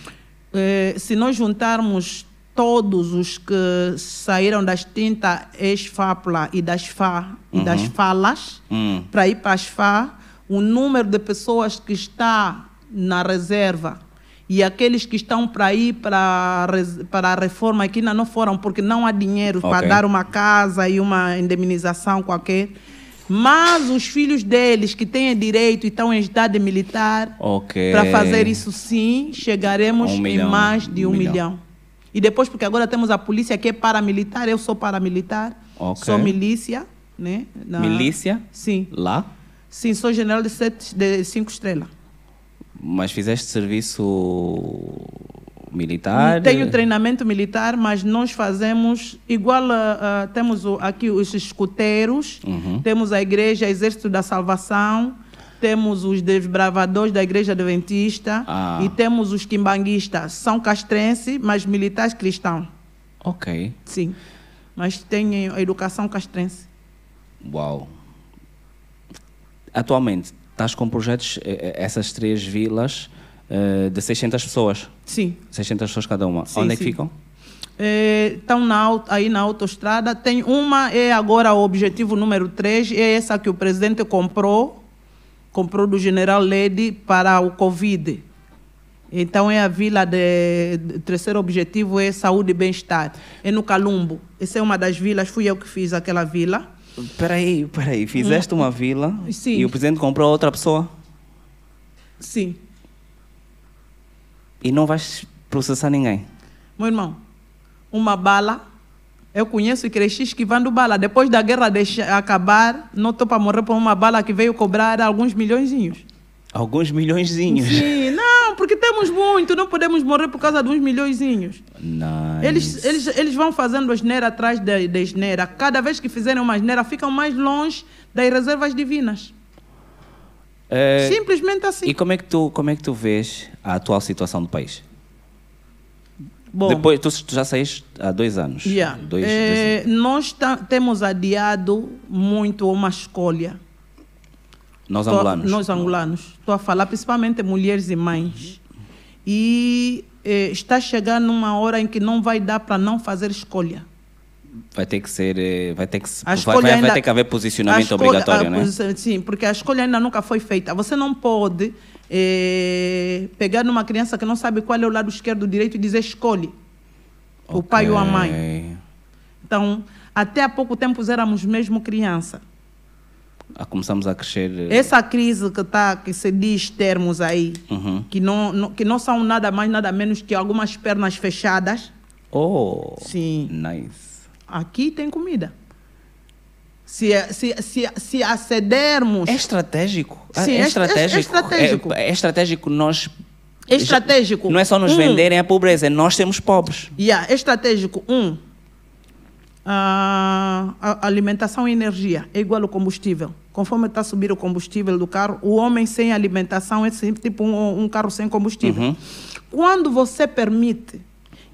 Eh, se nós juntarmos todos os que saíram das tintas ex-FAPLA e das FA e das falas, Uhum. Hum. para ir para as FA, o número de pessoas que está na reserva e aqueles que estão para ir para a, res- para a reforma que ainda não foram, porque não há dinheiro para Ok. dar uma casa e uma indemnização qualquer, mas os filhos deles que têm direito e estão em idade militar, Ok. para fazer isso sim, chegaremos Um milhão, em mais de um, um milhão. milhão. E depois, porque agora temos a polícia que é paramilitar, eu sou paramilitar, Ok. sou milícia, né? Na- Milícia? Sim, Lá? sim, sou general de, sete, de cinco estrelas. Mas fizeste serviço militar? Tenho treinamento militar, mas nós fazemos igual ah, ah, temos o- aqui os escuteiros, temos a igreja Exército da Salvação, temos os desbravadores da Igreja Adventista Ah. e temos os quimbanguistas. São castrenses, mas militares cristãos. Ok. Sim. Mas têm a educação castrense. Uau. Atualmente, estás com projetos, eh, eh, essas três vilas, eh, de 600 pessoas. Sim. 600 pessoas cada uma. Sim, Onde é sim. que ficam? Estão É, na, au- aí na autoestrada. Tem uma, é agora o objetivo número 3, é essa que o presidente comprou, comprou do general Lede para o Covid. Então é a vila de, de- terceiro objetivo é saúde e bem-estar. É no Calumbo. Essa é uma das vilas, fui eu que fiz aquela vila. Peraí, peraí, fizeste uma vila Sim. e o presidente comprou outra pessoa Sim. e não vais processar ninguém. Meu irmão, uma bala. Eu conheço crexis que vão do bala. Depois da guerra deixa- acabar, não estou para morrer por uma bala que veio cobrar alguns milhõeszinhos. Alguns milhõeszinhos. Sim, não, porque temos muito, não podemos morrer por causa de uns milhõeszinhos. Nice. Eles, eh, eles, eles vão fazendo asneira atrás da da asneira. Cada vez que fizerem uma asneira, ficam mais longe das reservas divinas. Eh, Simplesmente assim. E como é que tu como é que tu vês a atual situação do país? Bom, Depois tu, tu já saíste há dois anos. yeah. Dois, Eh, nós ta- temos adiado muito uma escolha. dois- nós Tô- angolanos. Nós angolanos. Estou a falar principalmente mulheres e mães. E eh, está chegando uma hora em que não vai dar para não fazer escolha. Vai ter que ser, eh, vai ter que se- A vai, escolha vai- vai ainda- ter que haver a posicionamento escolha- obrigatório, a né? posi- Sim, porque a escolha ainda nunca foi feita. Você não pode eh, pegar numa criança que não sabe qual é o lado esquerdo ou direito e dizer escolhe. O pai ou a mãe. Ok. Então, até há pouco tempo éramos mesmo criança. Ah, começamos a crescer. eh, Essa crise que, tá, que se diz termos aí, Uhum. que, não, não- que não são nada mais, nada menos que algumas pernas fechadas, Oh. Sim. Nice. aqui tem comida. Se, é, se, se, se acedermos, É estratégico. Ah, Sim, é- é é- é estratégico. estratégico. É, é estratégico nós. estratégico. Não é só nos um, venderem a pobreza, é nós sermos pobres. Yeah, estratégico. Um, a a alimentação e energia é igual ao combustível. Conforme está a subir o combustível do carro, o homem sem alimentação é sempre tipo um, um carro sem combustível. Uhum. Quando você permite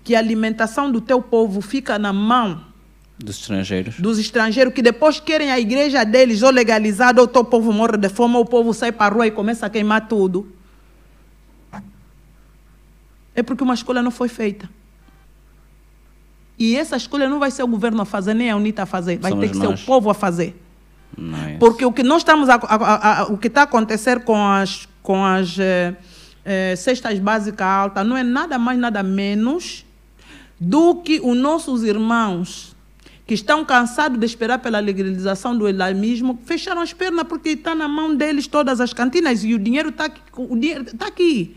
que a alimentação do teu povo fica na mão Dos estrangeiros. dos estrangeiros que depois querem a igreja deles ou legalizada, ou o teu povo morre de fome, ou o povo sai para a rua e começa a queimar tudo. É porque uma escolha não foi feita. E essa escolha não vai ser o governo a fazer, nem a UNITA a fazer. Vai Somos ter que nós. ser o povo a fazer. Nice. Porque o que nós estamos a, a- a- a- o que está a acontecer com as com as eh, eh, cestas básicas altas não é nada mais nada menos do que os nossos irmãos que que estão cansados de esperar pela legalização do islamismo, fecharam as pernas porque está na mão deles todas as cantinas e o dinheiro está aqui. O dinheiro está aqui.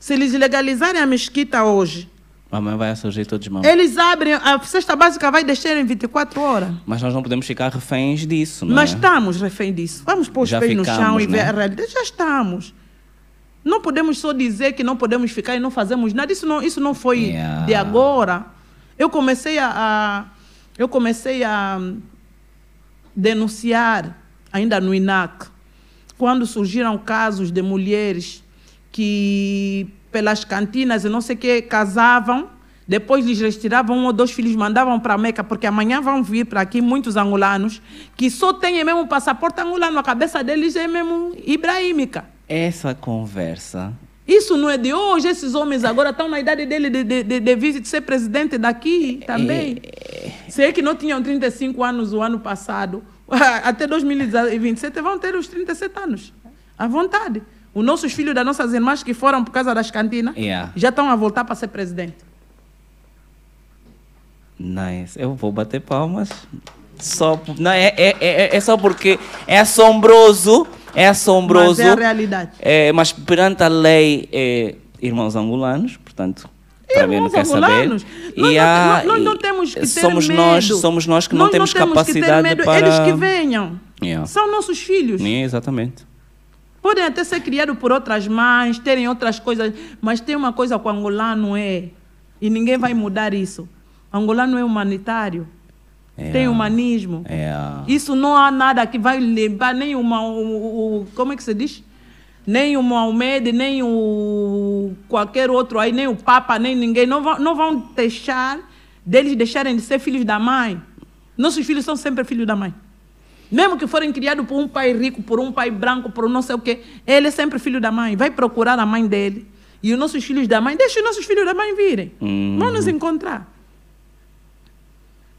Se eles legalizarem a mesquita hoje, Mamãe vai surgir todos mal. eles abrem, a cesta básica vai descer em 24 horas. Mas nós não podemos ficar reféns disso, não Mas tá- é? estamos refém disso. Vamos pôr os Já pés no chão ficamos, e ver né? a realidade. Já estamos. Não podemos só dizer que não podemos ficar e não fazemos nada. Isso não, isso não foi Yeah. de agora. Eu comecei a, a- eu comecei a hum, denunciar ainda no INAC quando surgiram casos de mulheres que pelas cantinas e não sei o que casavam, depois lhes retiravam um ou dois filhos, mandavam para a Meca, porque amanhã vão vir para aqui muitos angolanos que só têm mesmo passaporte angolano, a cabeça deles é mesmo ibraímica. Essa conversa Isso não é de hoje, esses homens agora estão na idade dele de, de, de, de vir ser presidente daqui também. Se é que não tinham 35 anos o ano passado, até 2027 vão ter os 37 anos, à vontade. Os nossos filhos das nossas irmãs que foram por causa das cantinas Yeah. já estão a voltar para ser presidente. Nice. Eu vou bater palmas. Só, por- não, é, é, é, é só porque é assombroso. É Mas assombroso. é a realidade. É, mas perante a lei, é, irmãos angolanos, portanto. para mim, não Irmãos quer angolanos, saber. nós, E não, há- nós- nós não e temos que ter somos medo. Nós, somos nós que não temos que ter capacidade medo, para. É. Eles que venham. Yeah. São nossos filhos. É, exatamente. Podem até ser criados por outras mães, terem outras coisas, mas tem uma coisa que o angolano é, e ninguém vai mudar isso. O angolano é humanitário, É, tem humanismo. É, Isso não há nada que vai levar nem uma, o, o- o- como é que se diz? Nem o Mohamed, nem o qualquer outro aí, nem o Papa, nem ninguém. Não vão, não vão deixar deles deixarem de ser filhos da mãe. Nossos filhos são sempre filhos da mãe. Mesmo que forem criados por um pai rico, por um pai branco, por um não sei o quê, ele é sempre filho da mãe. Vai procurar a mãe dele. E os nossos filhos da mãe, deixa os nossos filhos da mãe virem. Uhum. Vão nos encontrar.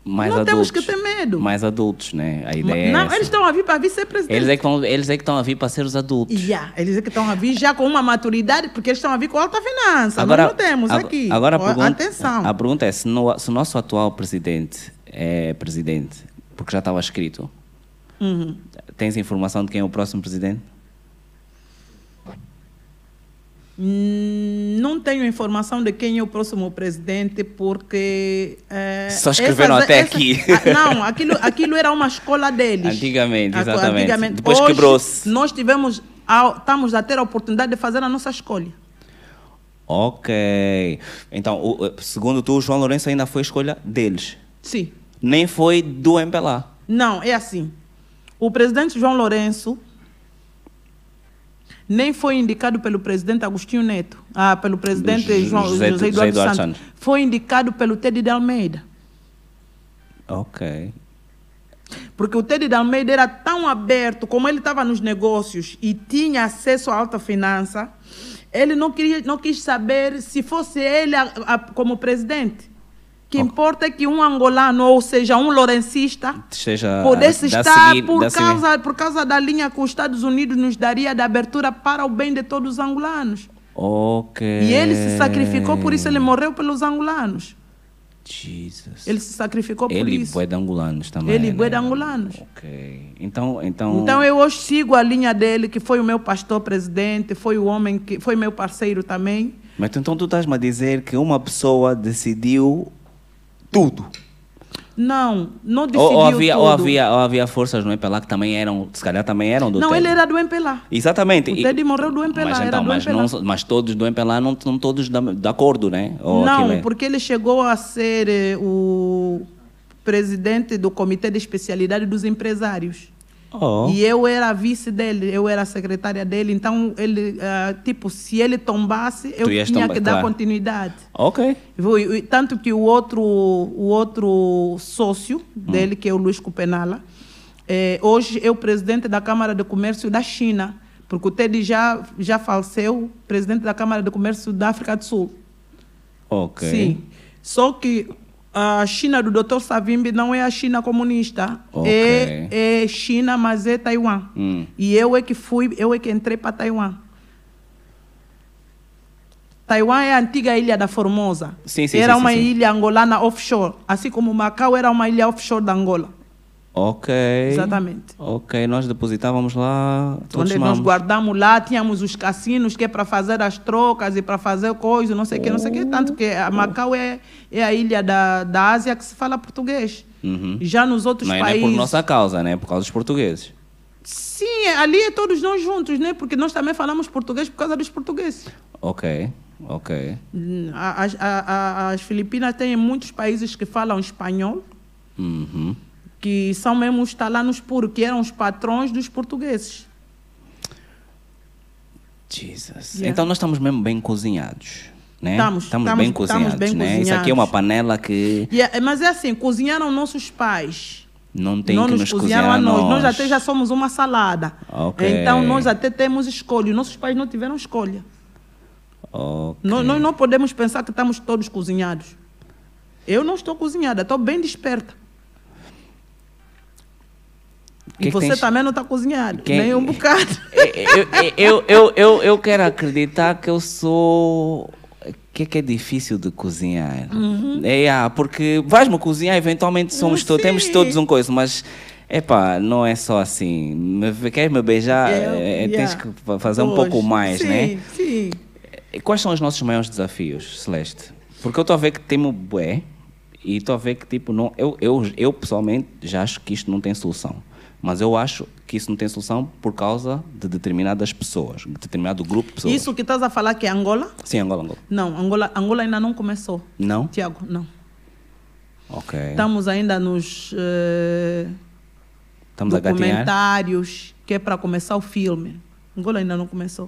mais não adultos. temos que ter medo. Mais adultos, né? A ideia é. não, essa. eles estão a vir para vir ser presidente. Eles é que tão- eles é que estão a vir para ser os adultos. Yeah, eles é que estão a vir já com uma maturidade, porque eles estão a vir com alta finança. Nós não temos ag- aqui. Agora a Ó, pergunta, Atenção. a pergunta é se, no- se o nosso atual presidente é presidente, porque já estava escrito, Uhum. tens informação de quem é o próximo presidente? Hum, Não tenho informação de quem é o próximo presidente, porque. eh, Só escreveram até aqui. Ah, não, aquilo, aquilo era uma escola deles. Antigamente, Aco- exatamente. Depois Hoje, quebrou-se. Nós tivemos. a- Estamos a ter a oportunidade de fazer a nossa escolha. Ok. Então, o- o- segundo tu, o João Lourenço ainda foi escolha deles. Sim. Nem foi do MPLA. Não, é assim. O presidente João Lourenço nem foi indicado pelo presidente Agostinho Neto, ah, pelo presidente José- João, José, José Eduardo, Eduardo Santos. Santos. Foi indicado pelo Teddy de Almeida. Ok. Porque o Teddy de Almeida era tão aberto, como ele estava nos negócios e tinha acesso à alta finança, ele não, queria, não quis saber se fosse ele a- a- como presidente. O que importa é que um angolano, ou seja, um lorencista, Seja pudesse da estar seguir- por, da seguir- causa, por causa da linha que os Estados Unidos nos daria da abertura para o bem de todos os angolanos. Ok. E ele se sacrificou por É. isso, ele morreu pelos angolanos. Jesus. Ele se sacrificou por Ele isso. bué de angolanos também. Ele bué né? de angolanos. Ok. Então, então. Então eu hoje sigo a linha dele, que foi o meu pastor presidente, foi o homem que foi meu parceiro também. Mas tu- então tu estás-me a dizer que uma pessoa decidiu tudo. Não, não decidiu Ou, ou havia, ou, tudo. havia, ou havia forças no MPLA que também eram, se calhar também eram do não, Teddy. ele era do MPLA. Exatamente. O E- Teddy morreu do MPLA, mas, era então, do mas, MPLA. não, so- mas todos do MPLA não estão todos da- de acordo, né? Ou aquilo não, é- porque ele chegou a ser eh, o presidente do Comitê de Especialidade dos Empresários. Oh. E eu era a vice dele, eu era a secretária dele. Então, ele, ah, tipo, se ele tombasse, eu Tu ias tinha tombar, que dar claro. continuidade. Ok. Foi- e Tanto que o outro, o outro sócio Hum. dele, que é o Luiz Cupenala, eh, hoje é o presidente da Câmara de Comércio da China, porque o Teddy já, já faleceu, presidente da Câmara de Comércio da África do Sul. Ok. Sim. Só que a China do Dr. Savimbi não é a China comunista. Ok. É, é China, mas é Taiwan. Hum. E eu é que fui, eu é que entrei para Taiwan. Taiwan é a antiga ilha da Formosa. Sim, sim, era sim, sim, uma sim. ilha angolana offshore, assim como Macau era uma ilha offshore da Angola. Ok. Exatamente. Ok, nós depositávamos lá. Todos Onde nós mamamos. guardamos lá, tínhamos os cassinos que é para fazer as trocas e para fazer coisas, não sei o que, não sei o Oh. que. Tanto que a Macau é, é a ilha da, da Ásia que se fala português. Uhum. Já nos outros Não é, não é países. por nossa causa, né? Por causa dos portugueses. Sim, ali é todos nós juntos, né? Porque nós também falamos português por causa dos portugueses. Ok, ok. Hum, a- As, a- a- as Filipinas têm muitos países que falam espanhol, Uhum. que são mesmo os talanos puros, que eram os patrões dos portugueses. Jesus. Yeah. Então nós estamos mesmo bem cozinhados, né? Estamos, estamos- bem estamos cozinhados, bem né? Isso aqui é uma cozinhados. panela que E é- mas é assim, cozinharam nossos pais. não tem não que nos, nos cozinharam cozinhar a nós. Nós até já somos uma salada. Ok. Então nós até temos escolha. Nossos pais não tiveram escolha. Ok. Nós, nós não podemos pensar que estamos todos cozinhados. Eu não estou cozinhada, estou bem desperta. Que e que você tens- também não está cozinhado, Quem- nem um bocado. É, Eu, eu, eu, eu, eu quero acreditar que eu sou. O que é que é difícil de cozinhar? É, ah, porque vais-me cozinhar, eventualmente somos Hum, todos, temos Uhum. sim. todos um coisa, mas. Epá, não é só assim. Me, queres me beijar? Eu- É, Tens yeah. que fa- fazer um Pois. pouco mais, sim, né? Sim, E Quais são os nossos maiores desafios, Celeste? Porque eu estou a ver que temo bué e estou a ver que, tipo, não, eu, eu, eu pessoalmente já acho que isto não tem solução. Mas eu acho que isso não tem solução por causa de determinadas pessoas, de determinado grupo de pessoas. Isso que estás a falar que é Angola? Sim, Angola, Angola. Não, Angola, Angola ainda não começou. Não? Tiago, não. Ok. Estamos ainda nos eh, Estamos a gatinhar. documentários, que é para começar o filme. Angola ainda não começou.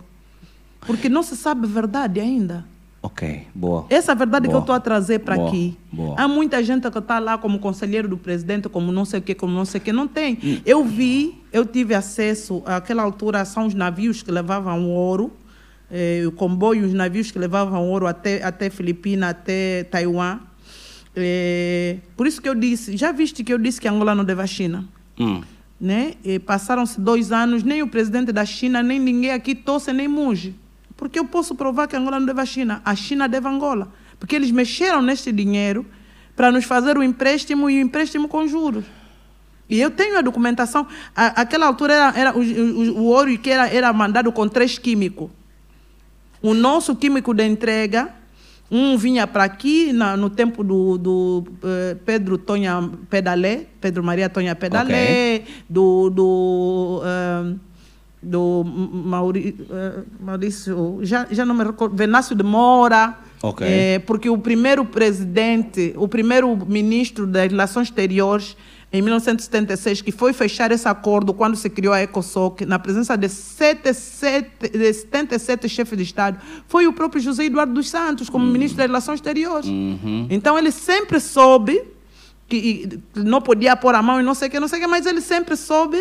Porque não se sabe verdade ainda. Ok, boa. Essa verdade que Boa. eu estou a trazer para Boa. aqui. Boa. Há muita gente que está lá como conselheiro do presidente, como não sei o quê, como não sei o quê. Não tem. Hum. Eu vi, eu tive acesso, àquela altura, são os navios que levavam ouro, eh, o comboio, os navios que levavam ouro até, até Filipina, até Taiwan. Eh, por isso que eu disse, já viste que eu disse que Angola não deve à China? Hum. né? E passaram-se dois anos, nem o presidente da China, nem ninguém aqui torce nem munge. Porque eu posso provar que Angola não deve à China, a China deve a Angola. Porque eles mexeram neste dinheiro para nos fazer o empréstimo e o empréstimo com juros. E eu tenho a documentação. A, aquela altura era, era o, o, o ouro que era, era mandado com três químicos. O nosso químico de entrega, um vinha para aqui na- no tempo do, do, eh, Pedro Tonha Pedalé, Pedro Maria Tonha Pedalé, do, do, eh, do Mauri- eh, Maurício, já, já não me recordo, Venácio de Moura. Ok. eh, porque o primeiro presidente, o primeiro ministro das Relações Exteriores, em 1976, que foi fechar esse acordo quando se criou a ECOSOC, na presença de, 77 de 77 chefes de Estado, foi o próprio José Eduardo dos Santos, como ministro das Relações Exteriores. Então, ele sempre soube que e, não podia pôr a mão e não sei o que, não sei o que, mas ele sempre soube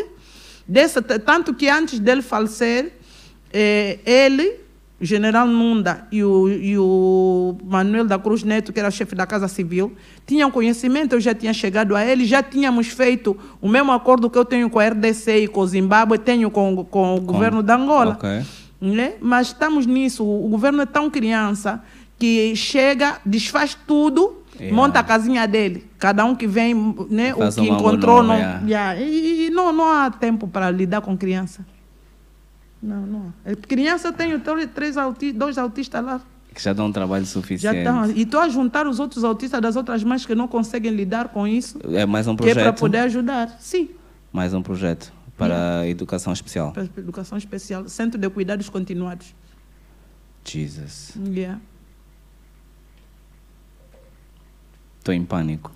dessa, t- tanto que antes dele falecer, eh, ele, o general Nunda e o, e o Manuel da Cruz Neto, que era o chefe da Casa Civil, tinham conhecimento, eu já tinha chegado a ele, já tínhamos feito o mesmo acordo que eu tenho com a RDC e com o Zimbábue, tenho com, com o governo da Angola Ok. né? Mas estamos nisso. O o governo é tão criança que chega, desfaz tudo, Yeah. monta a casinha dele. Cada um que vem, né? Faz um o que uma encontrou. Não, monóloga. Yeah. E, e não, não há tempo para lidar com criança. Não, não. há. É, Criança eu tenho tre- três auti dois autistas lá. Que já dão um trabalho Já suficiente. estão. E estou a juntar os outros autistas das outras mães que não conseguem lidar com isso, É mais um que é projeto. para poder Hum. ajudar. Sim, Mais um projeto para a educação especial. para educação especial, centro de cuidados continuados. Jesus. Yeah. Estou em pânico.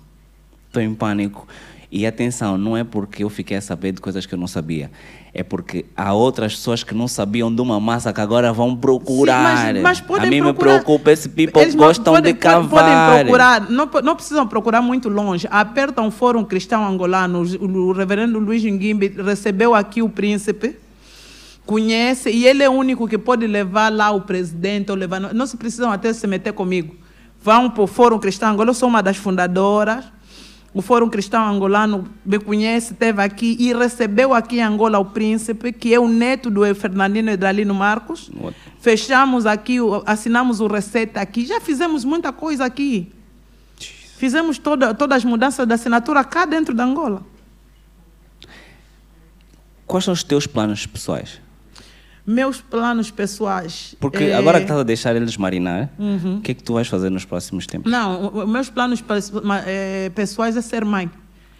Estou em pânico. E atenção, não é porque eu fiquei a saber de coisas que eu não sabia. É porque há outras pessoas que não sabiam de uma massa que agora vão procurar. Sim, mas- mas podem a mim procurar. me preocupa, esse people Eles não- gostam podem- de podem- cavar. Podem procurar, não, po- não precisam procurar muito longe. Apertam o Fórum Cristão Angolano. O, o reverendo Luiz Nguimbe recebeu aqui o príncipe, conhece, e ele é o único que pode levar lá o presidente. Ou levar, não, não se precisam até se meter comigo. Vão para o Fórum Cristão Angola, eu sou uma das fundadoras. o Fórum Cristão Angolano me conhece, esteve aqui e recebeu aqui em Angola o príncipe, que é o neto do Fernandino Edralino Marcos. Ótimo. Fechamos aqui, o- assinamos o Receita aqui, já fizemos muita coisa aqui. Fizemos toda, todas as mudanças da assinatura cá dentro da Angola. Quais são os teus planos pessoais? Meus planos pessoais. Porque eh, Uhum. agora tá- que estás a deixar eles marinar, o que é que tu vais fazer nos próximos tempos? Não, o- o- meus planos pes- ma- eh, pessoais é ser mãe.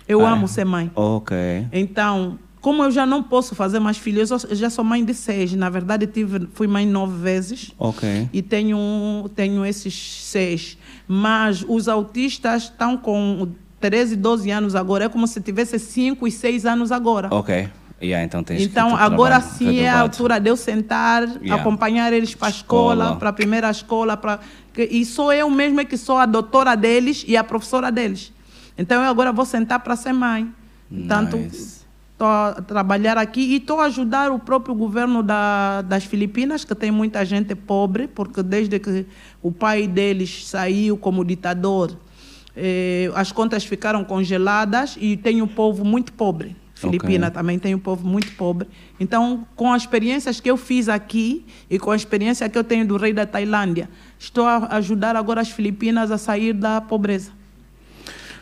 Eu Ah, amo é? ser mãe. Ok. Então, como eu já não posso fazer mais filhos, eu só- eu já sou mãe de seis. Na verdade, tive, fui mãe nove vezes Ok. e tenho, tenho esses seis. Mas os autistas estão com 13, 12 anos agora. É como se tivesse 5 e 6 anos agora. Ok. Yeah, então tens que Então, ter agora trabalho sim é a redobrado. altura de eu sentar, Yeah. acompanhar eles para a escola, Escola. para a primeira escola. Pra... que- E sou eu mesma que sou a doutora deles e a professora deles. Então, eu agora vou sentar para ser mãe. Tanto Nice. estou a trabalhar aqui e estou a ajudar o próprio governo da, das Filipinas, que tem muita gente pobre, porque desde que o pai deles saiu como ditador, eh, as contas ficaram congeladas e tem um povo muito pobre. Filipina Ok. também tem um povo muito pobre. Então, com as experiências que eu fiz aqui e com a experiência que eu tenho do rei da Tailândia, estou a ajudar agora as Filipinas a sair da pobreza.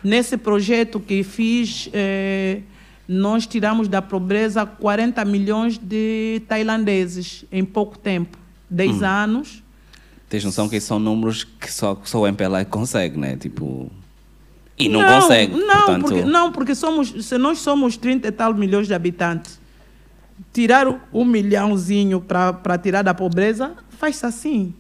Nesse projeto que fiz, eh, nós tiramos da pobreza 40 milhões de tailandeses em pouco tempo 10 Hum. anos. Tens noção que esses são números que só, só o MPLA consegue, né? Tipo. E não, não consegue. Não, portanto, porque, não, porque somos, se nós somos 30 e tal milhões de habitantes, tirar o- um milhãozinho para tirar da pobreza, faz assim,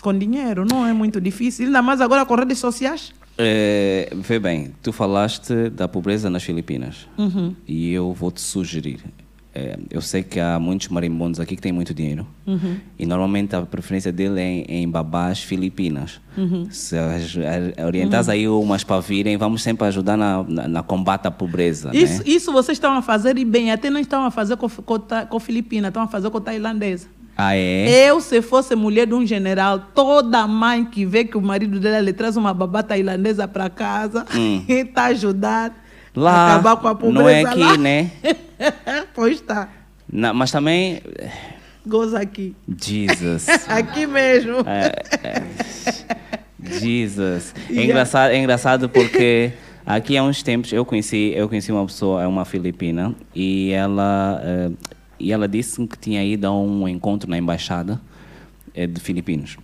com dinheiro, não é muito difícil. Ainda mais agora com redes sociais. eh, vê bem, tu falaste da pobreza nas Filipinas. Uhum. E eu vou te sugerir. eh, eu sei que há muitos marimbondos aqui que têm muito dinheiro. Uhum. E normalmente a preferência dele é em, em babás filipinas. Uhum. Se as- a- orientas aí umas para virem, vamos sempre ajudar na, na, na combate à pobreza. né? Isso, isso vocês estão a fazer e bem, até não estão a fazer com, com, ta- com filipina, estão a fazer com tailandesa. Ah, é? Eu, se fosse mulher de um general, toda mãe que vê que o marido dela lhe traz uma babá tailandesa para casa, está a ajudar a Hum. Lá, acabar com a pobreza não é aqui, lá. né? pois está, Na- mas também. goza aqui. Jesus. Aqui mesmo. É. Jesus. É Yeah. engraçado, é engraçado porque aqui há uns tempos eu conheci, eu conheci uma pessoa, é uma filipina, e ela, eh, e ela disse-me que tinha ido a um encontro na embaixada eh, de filipinos.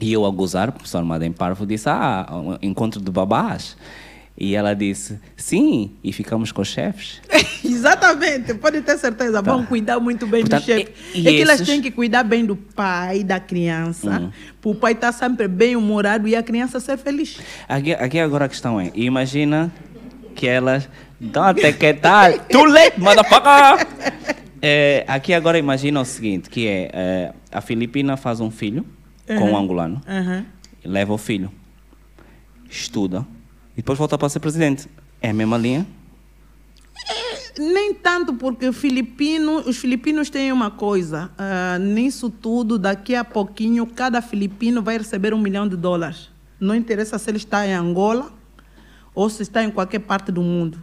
E eu a gozar, porque sou armada em parvo, disse, ah, um encontro de babás. E ela disse, sim, e ficamos com os chefes. Exatamente, pode ter certeza. Vão cuidar muito bem Tá. Portanto, do chefe. e- e é que elas esses- Hum. têm que cuidar bem do pai, da criança. Para o pai estar sempre bem humorado e a criança ser feliz. Aqui, aqui agora a questão é, imagina que elas... Dante, que tal? Too late, motherfucker! É, aqui agora imagina o seguinte, que é, é, a Filipina faz um filho com um angolano, Aham. leva o filho, estuda, e depois volta para ser presidente. É a mesma linha? Nem tanto porque o filipino, os filipinos têm uma coisa. ah, nisso tudo, daqui a pouquinho, cada filipino vai receber um milhão de dólares. Não interessa se ele está em Angola ou se está em qualquer parte do mundo.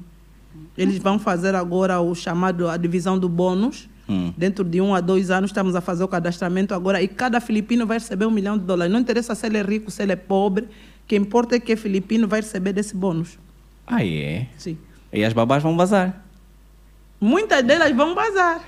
Eles vão fazer agora o chamado a divisão do bônus. Dentro de um a dois anos estamos a fazer o cadastramento agora e cada filipino vai receber um milhão de dólares. Não interessa se ele é rico, se ele é pobre. O que importa é que filipino vai receber desse bônus. Ah, é? Sim. E as babás vão vazar. Muitas delas vão vazar.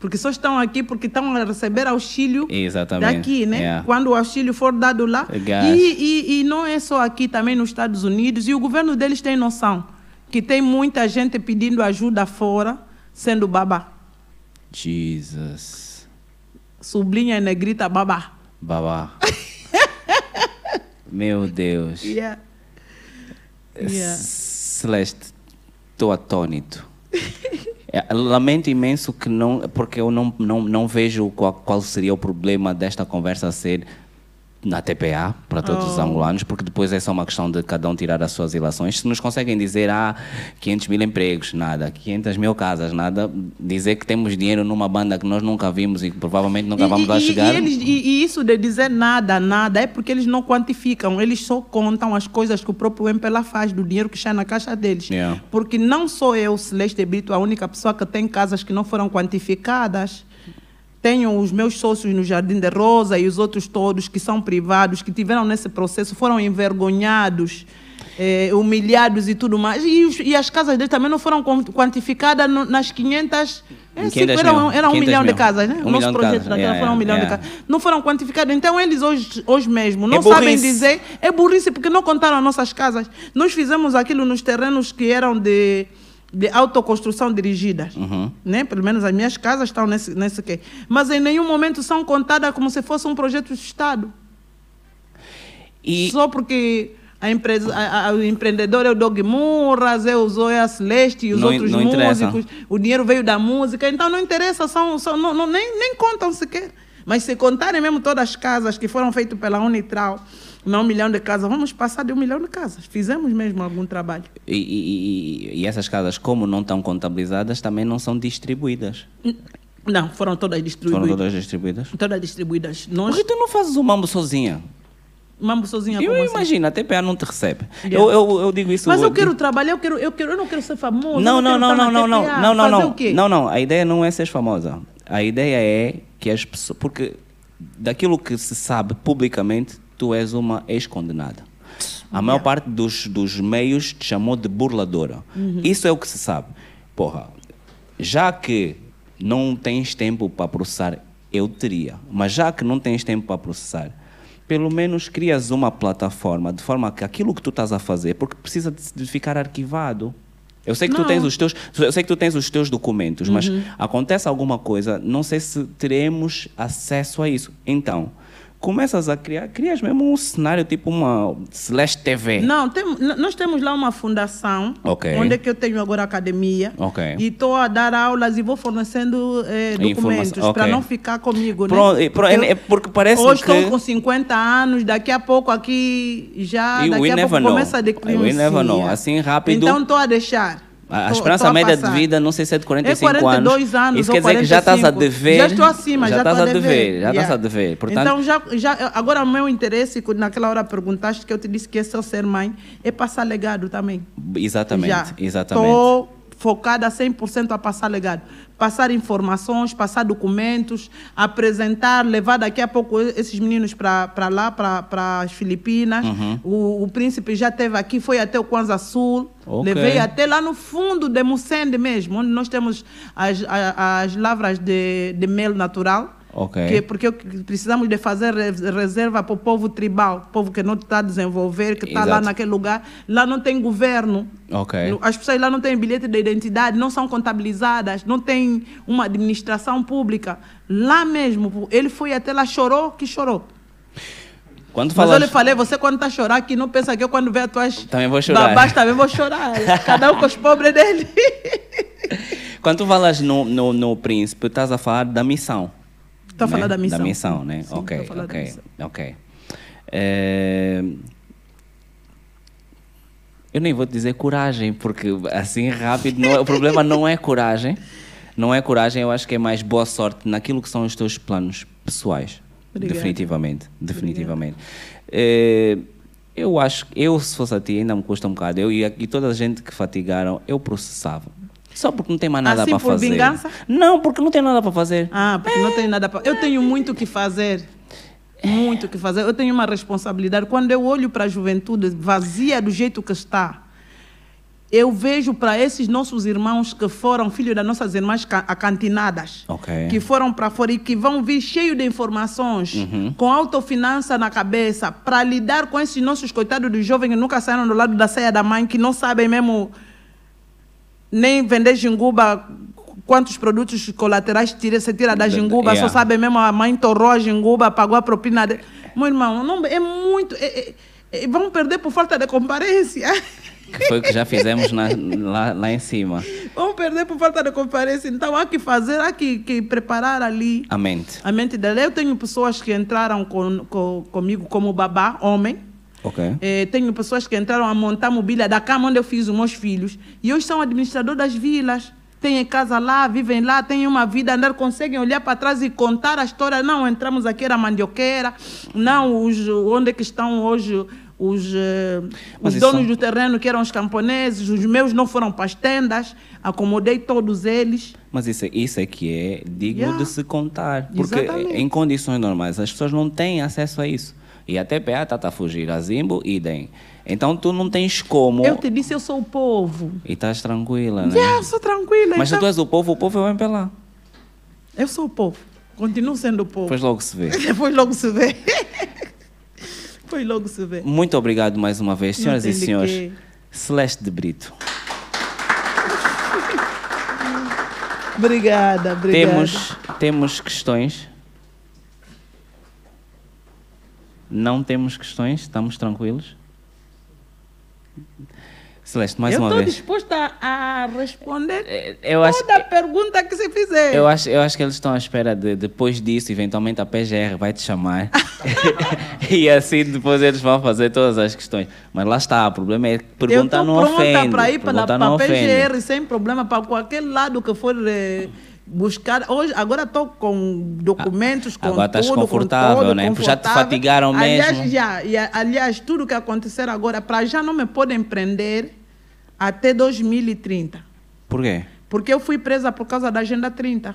Porque só estão aqui porque estão a receber auxílio Exatamente. É. daqui, né? Yeah. É Quando o auxílio for dado lá. Gás. E, e, e não é só aqui, também nos Estados Unidos. E o governo deles tem noção que tem muita gente pedindo ajuda fora, sendo babá. Jesus. Sublinha e negrita babá. Babá. Meu Deus. Yeah. Yeah. Celeste, estou atônito. É, Lamento imenso que não, porque eu não, não, não vejo qual, qual seria o problema desta conversa ser na TPA para todos os Oh. angolanos, porque depois é só uma questão de cada um tirar as suas ilações. Se nos conseguem dizer há 500 mil empregos, nada, 500 mil casas, nada, dizer que temos dinheiro numa banda que nós nunca vimos e que provavelmente nunca vamos e, lá e- chegar. E, eles- e- e isso de dizer nada, nada, é porque eles não quantificam, eles só contam as coisas que o próprio MPLA faz, do dinheiro que está na caixa deles. Yeah. Porque não sou eu, Celeste Brito, a única pessoa que tem casas que não foram quantificadas. Tenho os meus sócios no Jardim de Rosa e os outros todos que são privados, que tiveram nesse processo, foram envergonhados, eh, humilhados e tudo mais. E, os- e as casas deles também não foram quan- quantificadas no- nas 500. eh, 500 cinco- era um, era um 500 milhão de mil. casas, né? Um O milhão nosso de projeto casas, é. daquela yeah, foi um milhão yeah. de casas. Não foram quantificados. Então, eles hoje, hoje mesmo não sabem burrice. dizer. É burrice, porque não contaram as nossas casas. Nós fizemos aquilo nos terrenos que eram de, de autoconstrução dirigidas. Uhum. Né? Pelo menos as minhas casas estão nesse, nesse quê. Mas em nenhum momento são contadas como se fosse um projeto do Estado. E- Só porque a empresa, a- a- o empreendedor é o Dog Murras, é o Zoya Celeste e os Não in- outros não interessa. músicos. O dinheiro veio da música, então não interessa, são, são, não, não- nem, nem contam sequer. Mas se contarem mesmo todas as casas que foram feitas pela Unitral, não um milhão de casas, vamos passar de um milhão de casas. Fizemos mesmo algum trabalho. E, e- e- e essas casas, como não estão contabilizadas, também não são distribuídas. Não, foram todas distribuídas. Foram Foram todas todas, distribuídas. distribuídas. Por Nós, que tu não fazes o mambo sozinha? mambo sozinha Eu como assim? imagino, a TPA não te recebe. Yeah. Eu, eu, eu digo isso. Mas eu de- quero trabalhar, eu, quero, eu, quero, eu não quero ser famoso. Não, eu não, quero não, estar não, na não, não, TPA. não, não, Fazer não. o quê? Não, não. A ideia não é ser famosa. A ideia é que as pessoas. Porque daquilo que se sabe publicamente, tu és uma ex-condenada. A maior parte dos, dos meios te chamou de burladora. Isso é o que se sabe. Porra, já que não tens tempo para processar, eu teria. Mas já que não tens tempo para processar, pelo menos crias uma plataforma de forma que aquilo que tu estás a fazer, porque precisa de, de ficar arquivado. Eu sei que tu Não. tens os teus, eu sei que tu tens os teus documentos, mas Uhum. acontece alguma coisa, não sei se teremos acesso a isso. Então, começas a criar, crias mesmo um cenário tipo uma Slash TV. Não, tem- n- nós temos lá uma fundação, Ok. onde é que eu tenho agora academia. Ok. E estou a dar aulas e vou fornecendo eh, documentos Informação, para ok. não ficar comigo, né? Pronto, e pro- Eu- é porque parece Hoje que- estou com 50 anos, daqui a pouco aqui já You- daqui we a never pouco know. começa a declinar. We never know. Assim, rápido. Então estou a deixar. A, a Tô- esperança tô a média de passar. vida, não sei se é de 45 é 42 anos. Isso ou quer dizer que já estás a 45. dever. Já estou acima, já, já estou estás a dever. Já Yeah. estás a dever. Portanto, então, já, já, agora o meu interesse, quando naquela hora perguntaste que eu te disse que é só ser mãe, é passar legado também. exatamente, já. exatamente. Estou focada 100% a passar legado. Passar informações, passar documentos, apresentar, levar daqui a pouco esses meninos para lá, para as Filipinas. Uhum. O, o príncipe já esteve aqui, foi até o Kwanza Sul. Ok. Levei até lá no fundo de Mucende mesmo, onde nós temos as, a- as lavras de, de mel natural. Ok. Que, porque eu- que precisamos de fazer re- reserva para o povo tribal, povo que não está a desenvolver, que está lá Exato. naquele lugar. Lá não tem governo. Ok. No- As pessoas lá não têm bilhete de identidade, não são contabilizadas, não tem uma administração pública. Lá mesmo, pô, ele foi até lá, chorou, que chorou. Quando Mas eu lhe falas, falei, você quando está a chorar aqui, não pensa que eu quando ver as tuas Também vou chorar. babás também vou chorar. Cada um com os pobres dele. quando tu falas no, no, no príncipe, estás a falar da missão. Tô a né? falar da missão. Da missão, né? Sim, ok, tô a falar da ok, missão. ok. Eh, Eu nem vou dizer coragem, porque assim rápido, não é- o problema não é coragem. Não é coragem, eu acho que é mais boa sorte naquilo que são os teus planos pessoais. Obrigada. Definitivamente, definitivamente. Eh, eu acho, eu se fosse a ti, ainda me custa um bocado. Eu e, a- e toda a gente que fatigaram, eu processava. Só porque não tem mais nada Assim, para por fazer. vingança? Não, porque não tem nada para fazer. Ah, porque não tenho nada para. Eu tenho muito o que fazer. Muito o que fazer. Eu tenho uma responsabilidade. Quando eu olho para a juventude vazia do jeito que está, eu vejo para esses nossos irmãos que foram filhos das nossas irmãs ca- acantinadas, Ok. que foram para fora e que vão vir cheio de informações, com autofinança na cabeça, para lidar com esses nossos coitados de jovens que nunca saíram do lado da saia da mãe, que não sabem mesmo nem vender jinguba, quantos produtos colaterais tira, você tira da jinguba, Yeah. só sabe mesmo, a mãe torrou a jinguba, pagou a propina dele. Meu irmão, não, é muito. é- é- E Vão perder por falta de comparência. Que foi o que já fizemos na- lá, lá em cima. Vão perder por falta de comparência. Então há que fazer, há que, que preparar ali A mente. a mente dela. Eu tenho pessoas que entraram com, com- comigo como babá, homem. Ok. Eh, tenho pessoas que entraram a montar mobília da cama onde eu fiz os meus filhos. E hoje são administrador das vilas. Têm casa lá, vivem lá, têm uma vida, andar, conseguem olhar para trás e contar a história. Não, entramos aqui, era mandioqueira. Não, os, onde é que estão hoje os, eh, Mas os isso donos são- do terreno, que eram os camponeses. Os meus não foram para as tendas. Acomodei todos eles. Mas isso, é- isso é que é digno Yeah. de se contar. Porque Exatamente. em condições normais as pessoas não têm acesso a isso. E a TPA está a fugir, a Zimbo, idem. Então tu não tens como Eu te disse, eu sou o povo. e estás tranquila, né? Yeah, sou tranquila. Mas se então- tu és o povo, o povo é o MPLA. Eu sou o povo. Continuo sendo o povo. Depois logo se vê. Depois logo se vê. Depois logo se vê. Muito obrigado mais uma vez, Não senhoras e tem de senhores. quê. Celeste de Brito. Obrigada, obrigada. Temos, temos questões? Não temos questões? Estamos tranquilos? Celeste, mais eu uma estou vez. disposta a responder Eh, Eu acho, toda pergunta que você fizer. eu, acho, eu acho que eles estão à espera de, depois disso, eventualmente a PGR vai te chamar. e assim depois eles vão fazer todas as questões. Mas lá está, o problema é que Eu perguntar tô não pronta ofende. para ir para perguntar a não ofende. PGR sem problema, para qualquer lado que for eh, buscar. Hoje, agora estou com documentos, com Agora estás tudo, com confortável, todo, né? Já te confortável. fatigaram aliás, mesmo? Já, e, a- aliás, tudo que acontecer agora, para já não me podem prender até 2030. Por quê? Porque eu fui presa por causa da Agenda 30.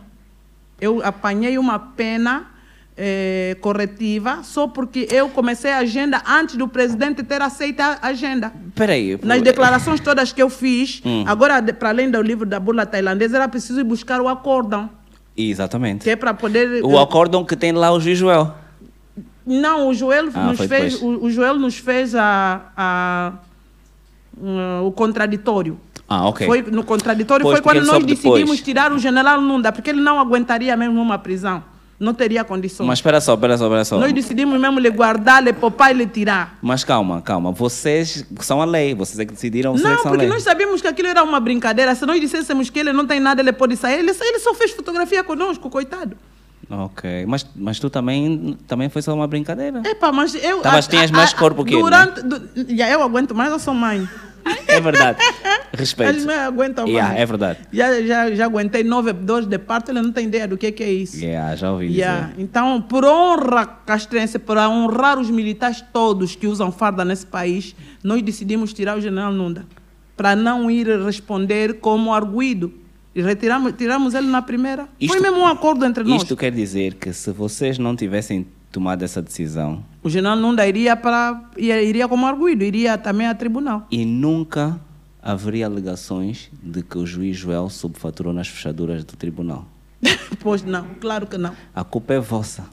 Eu apanhei uma pena eh, corretiva só porque eu comecei a agenda antes do presidente ter aceito a agenda. Peraí. Nas por- declarações todas que eu fiz, Hum. agora, de- para além do livro da burla tailandesa, era preciso ir buscar o acórdão, Exatamente. que é para poder... O acórdão que tem lá o Joel. Não, o Joel, Ah, nos foi fez, depois. o, o Joel nos fez a, a, hum, o contraditório. Ah, ok. Foi no contraditório, Pois, foi porque quando ele nós sobe decidimos depois. tirar o general Nunda, porque ele não aguentaria mesmo uma prisão. Não teria condições. Mas espera só, espera só, espera só. Nós decidimos mesmo lhe guardar, lhe poupar e lhe tirar. Mas calma, calma. Vocês são a lei. Vocês é que decidiram vocês é Não, que são a porque lei. nós sabíamos que aquilo era uma brincadeira. Se nós dissessemos que ele não tem nada, ele pode sair. Ele, sa- ele só fez fotografia conosco, coitado. Ok. Mas, mas tu também, também foi só uma brincadeira. Epa, mas eu. Tavas, Tá, tinhas mais corpo que ele, né? durante, du- Já eu aguento mais, eu sou mãe. É verdade. Eles Respeito. não aguentam mais. Yeah, é verdade. Já, já, já aguentei nove dores de parto, ele não tem ideia do que, que é isso. Yeah, já ouvi Yeah. dizer. Então, por honra castrense, para honrar os militares todos que usam farda nesse país, nós decidimos tirar o general Nunda, para não ir responder como arguído. E retiramos, tiramos ele na primeira. Isto- Foi mesmo um acordo entre nós. Isto quer dizer que se vocês não tivessem tomado essa decisão O general Nunda iria, para, ia- iria como arguído, iria também a tribunal. e nunca haveria alegações de que o juiz Joel subfaturou nas fechaduras do tribunal. pois não, claro que não. A culpa é vossa.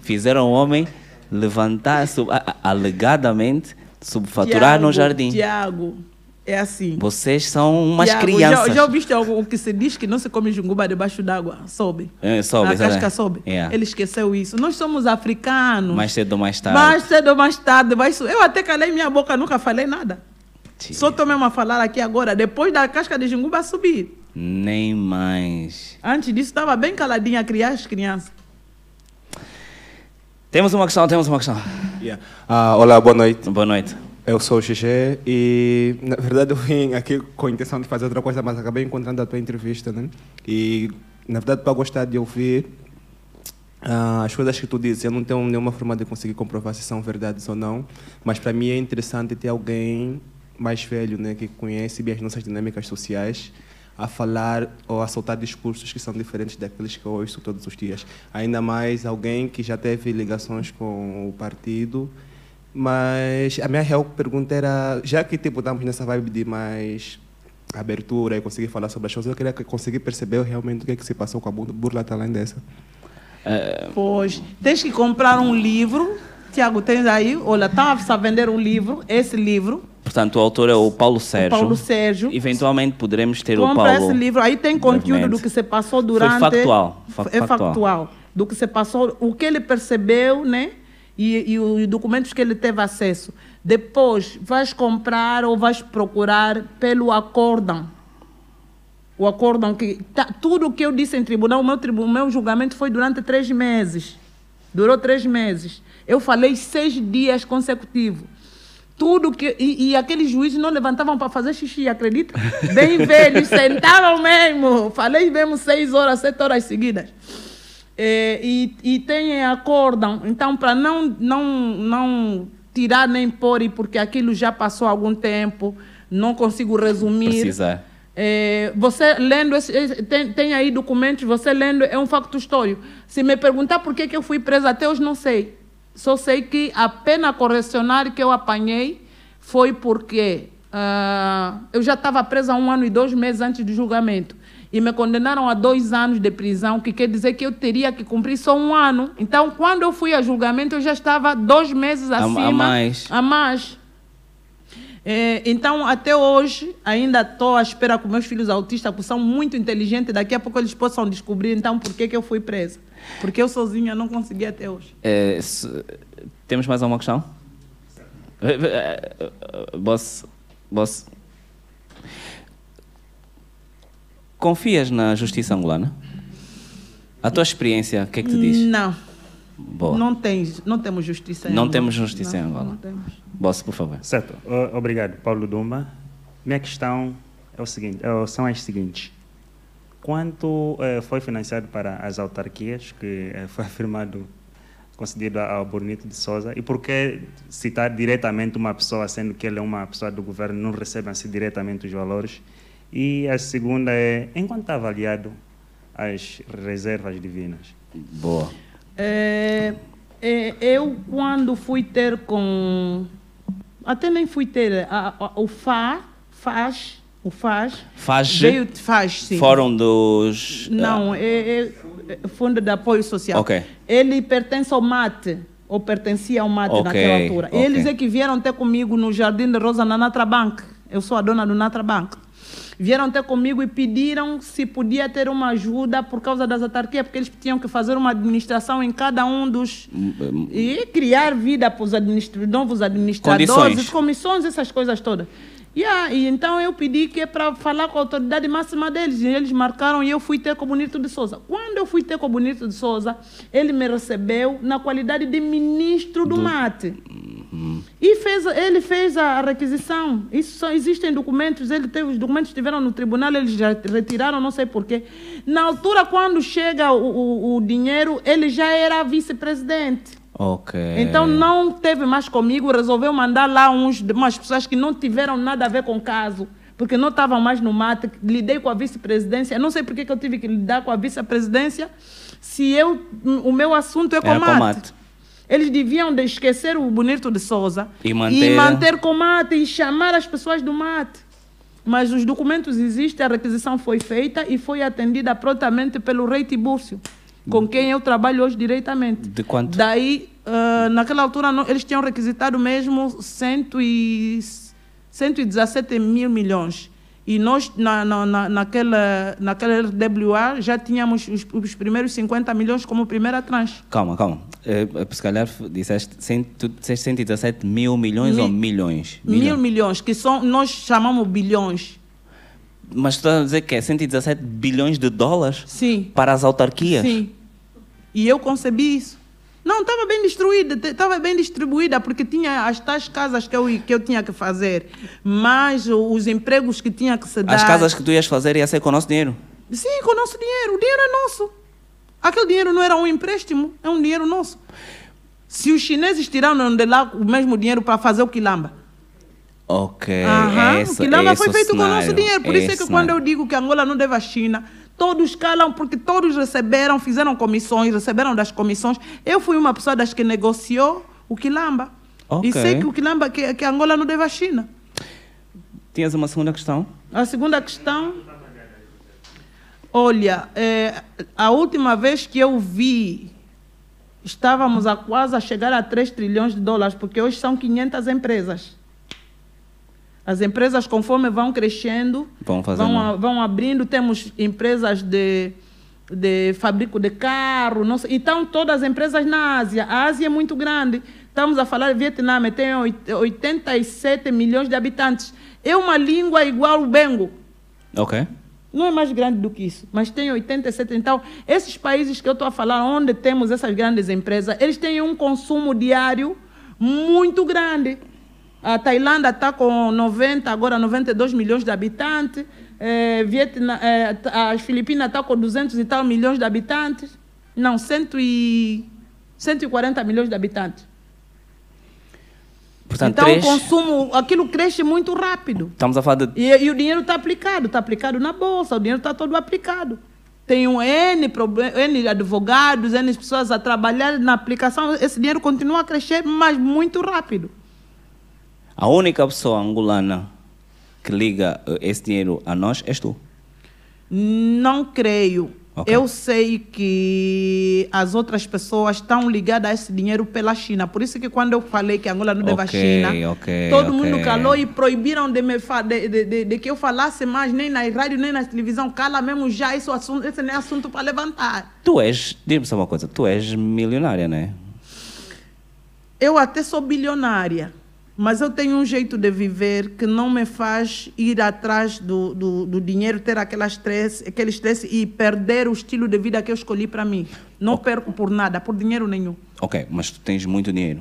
Fizeram o homem levantar, sub, a- a- alegadamente, subfaturar no Tiago, jardim. Tiago, é assim. Vocês são umas Tiago, crianças. Já, já ouviste algo- o que se diz que não se come junguba debaixo d'água? Sobe. É, sobe, A sabe? casca sobe. Yeah. Ele esqueceu isso. Nós somos africanos. Mais cedo ou mais tarde. Mais cedo ou mais tarde. Vai su- Eu até calei minha boca, nunca falei nada. Tch, Só estou mesmo a falar aqui agora, depois da casca de junguba subir. Nem mais. Antes disso, estava bem caladinha a criar as crianças. Temos uma questão, temos uma questão. Yeah. Ah, olá, boa noite. Boa noite. Eu sou o Xixé e, na verdade, eu vim aqui com a intenção de fazer outra coisa, mas acabei encontrando a tua entrevista, né? E, na verdade, para gostar de ouvir ah, as coisas que tu dizes, eu não tenho nenhuma forma de conseguir comprovar se são verdades ou não, mas para mim é interessante ter alguém mais velho, né, que conhece bem as nossas dinâmicas sociais, a falar ou a soltar discursos que são diferentes daqueles que eu ouço todos os dias. Ainda mais alguém que já teve ligações com o partido mas a minha real pergunta era, já que tipo estamos nessa vibe de mais abertura e conseguir falar sobre as coisas, eu queria que- conseguir perceber realmente o que é que se passou com a bu- burla tailandesa. Pois, tens que comprar um livro. Tiago, tens aí? Olha, estava a vender um livro, esse livro, Portanto, o autor é o Paulo Sérgio. Paulo Sérgio. Eventualmente poderemos ter o Compra Paulo. esse livro, aí tem conteúdo do brevemente. que se passou durante. factual, fa- É factual. factual. Do que se passou, o que ele percebeu, né? e, e os documentos que ele teve acesso. Depois, vais comprar ou vais procurar pelo acórdão. O acórdão que. tá- tudo o que eu disse em tribunal, o meu, tribu, o meu julgamento foi durante três meses. Durou três meses. Eu falei seis dias consecutivos. Tudo que. E, e aqueles juízes não levantavam para fazer xixi, acredita? Bem velhos, sentavam mesmo. Falei mesmo seis horas, sete horas seguidas. É, e, e têm acórdão. Então, para não, não, não tirar nem pôr, e porque aquilo já passou algum tempo, não consigo resumir. Precisa. É, você lendo, esse- esse- tem, tem aí documentos, você lendo, é um facto histórico. Se me perguntar por que, que eu fui presa, até hoje não sei. Só sei que a pena correcionária que eu apanhei foi porque ah, eu já estava presa há um ano e dois meses antes do julgamento. E me condenaram a dois anos de prisão, que quer dizer que eu teria que cumprir só um ano. Então, quando eu fui a julgamento, eu já estava dois meses a Tá acima. mais. A mais. É, então, até hoje, ainda estou à espera com meus filhos autistas, porque são muito inteligentes. Daqui a pouco eles possam descobrir, então, por que, que eu fui presa. Porque eu sozinha não consegui até hoje. É, se- temos mais alguma questão? Eh, eh, eh, Boss, boss. Confias na justiça angolana? A tua experiência, o que é que te diz? Não, Boa. Hum, não, tens, não temos justiça em Não Angola. temos justiça em Angola. Não temos. Boss, por favor. Certo. O- Obrigado, Paulo Duma. Minha questão é o seguinte, eh, são as seguintes. Quanto eh, foi financiado para as autarquias que eh, foi afirmado concedido a- ao Bonito de Souza? E por que citar diretamente uma pessoa, sendo que ele é uma pessoa do governo, não recebem-se diretamente os valores? E a segunda é, em quanto está avaliado as reservas divinas? Boa. É, é, eu, quando fui ter com. Até nem fui ter. a- a- o FA, FAS, o FAS. Faz Veio, faz, sim. Fórum dos. eh, Não, é, é- é Fundo de Apoio Social. Ah. Ok. Ele pertence ao MATE, ou pertencia ao MATE Ok, naquela altura. ok. Eles é que vieram ter comigo no Jardim de Rosa, na Natrabank. Eu sou a dona do Natrabank. Vieram ter comigo e pediram se podia ter uma ajuda por causa das autarquias, porque eles tinham que fazer uma administração em cada um dos. e criar vida para os administ- novos administradores, Condições. comissões, essas coisas todas. Yeah, e então eu pedi que é para falar com a autoridade máxima deles. E eles marcaram e eu fui ter com o Bonito de Souza. Quando eu fui ter com o Bonito de Souza, ele me recebeu na qualidade de ministro do, mate. E fez, ele fez a requisição. Isso só existem documentos, ele teve, os documentos estiveram no tribunal, eles já retiraram, não sei porquê. Na altura, quando chega o, o- o dinheiro, ele já era vice-presidente. Ok. Então não teve mais comigo, resolveu mandar lá uns, umas pessoas que não tiveram nada a ver com o caso, porque não estavam mais no mate. Lidei com a vice-presidência. Eu Não sei por que que eu tive que lidar com a vice-presidência se eu, o meu assunto é com Era o com o mate. mate. Eles deviam de esquecer o Bonito de Souza E manter- e manter com o mate e chamar as pessoas do mate. Mas os documentos existem, a requisição foi feita e foi atendida prontamente pelo rei Tibúrcio, com quem eu trabalho hoje diretamente. De quanto? Daí, ah, naquela altura, não- eles tinham requisitado mesmo cento e, 117 mil milhões. E nós, na, na, na, naquela, naquela RWA, já tínhamos os, os primeiros 50 milhões como primeira tranche. Calma, calma. Eh, se calhar f- disseste, cento, disseste 117 mil milhões ou Mi- milhões? Mil milhões, que são, nós chamamos bilhões. Mas tu estás a dizer que é 117 bilhões de dólares Sim. para as autarquias? Sim. E eu concebi isso. Não, estava bem destruída, estava bem distribuída, porque tinha as tais casas que eu, que eu tinha que fazer, mas o- os empregos que tinha que se dar. As casas que tu ias fazer ia ser com o nosso dinheiro. Sim, com o nosso dinheiro. O dinheiro é nosso. Aquele dinheiro não era um empréstimo, é um dinheiro nosso. Se os chineses tiraram de lá o mesmo dinheiro para fazer o quilamba. Ok. Aham, é o esse- quilamba esse foi feito com o nosso cenário, dinheiro. Por isso é esse que quando eu cenário. digo que Angola não deve à China, todos calam porque todos receberam, fizeram comissões, receberam das comissões. Eu fui uma pessoa das que negociou o quilamba. Ok. E sei que o quilamba, que, que Angola não deve à China. Tinhas uma segunda questão? A segunda questão. Olha, eh, a última vez que eu vi, estávamos a quase a chegar a 3 trilhões de dólares, porque hoje são 500 empresas. As empresas, conforme vão crescendo, Vão fazendo- vão, a- vão abrindo. Temos empresas de, de fabrico de carro, não sei. E estão todas as empresas na Ásia. A Ásia é muito grande. Estamos a falar de Vietnã, tem oit- 87 milhões de habitantes. É uma língua igual o Bengo. Ok. Não é mais grande do que isso, mas tem 87. Então, esses países que eu estou a falar, onde temos essas grandes empresas, eles têm um consumo diário muito grande. A Tailândia está com 90, agora 92 milhões de habitantes. Eh, Vietnã, eh, t- as Filipinas estão com 200 e tal milhões de habitantes. Não, 100 e, 140 milhões de habitantes. Portanto, então, três. o consumo, aquilo cresce muito rápido. Estamos a falar de. E, e o dinheiro está aplicado, está aplicado na bolsa, o dinheiro está todo aplicado. Tem um N, proble- N advogados, N pessoas a trabalhar na aplicação, esse dinheiro continua a crescer, mas muito rápido. A única pessoa angolana que liga eh, esse dinheiro a nós és tu. Não creio. Ok. Eu sei que as outras pessoas estão ligadas a esse dinheiro pela China. Por isso que quando eu falei que Angola não deve Ok, à China, ok, todo ok. mundo calou e proibiram de, me fa- de, de- de- de que eu falasse mais, nem na rádio, nem na televisão. Cala mesmo já, isso assunto, esse não é assunto para levantar. Tu és. Diz-me só uma coisa. Tu és milionária, não é? Eu até sou bilionária, mas eu tenho um jeito de viver que não me faz ir atrás do, do, do dinheiro, ter aquela stress, aquele estresse e perder o estilo de vida que eu escolhi para mim. Não perco por nada, por dinheiro nenhum. Ok, mas tu tens muito dinheiro.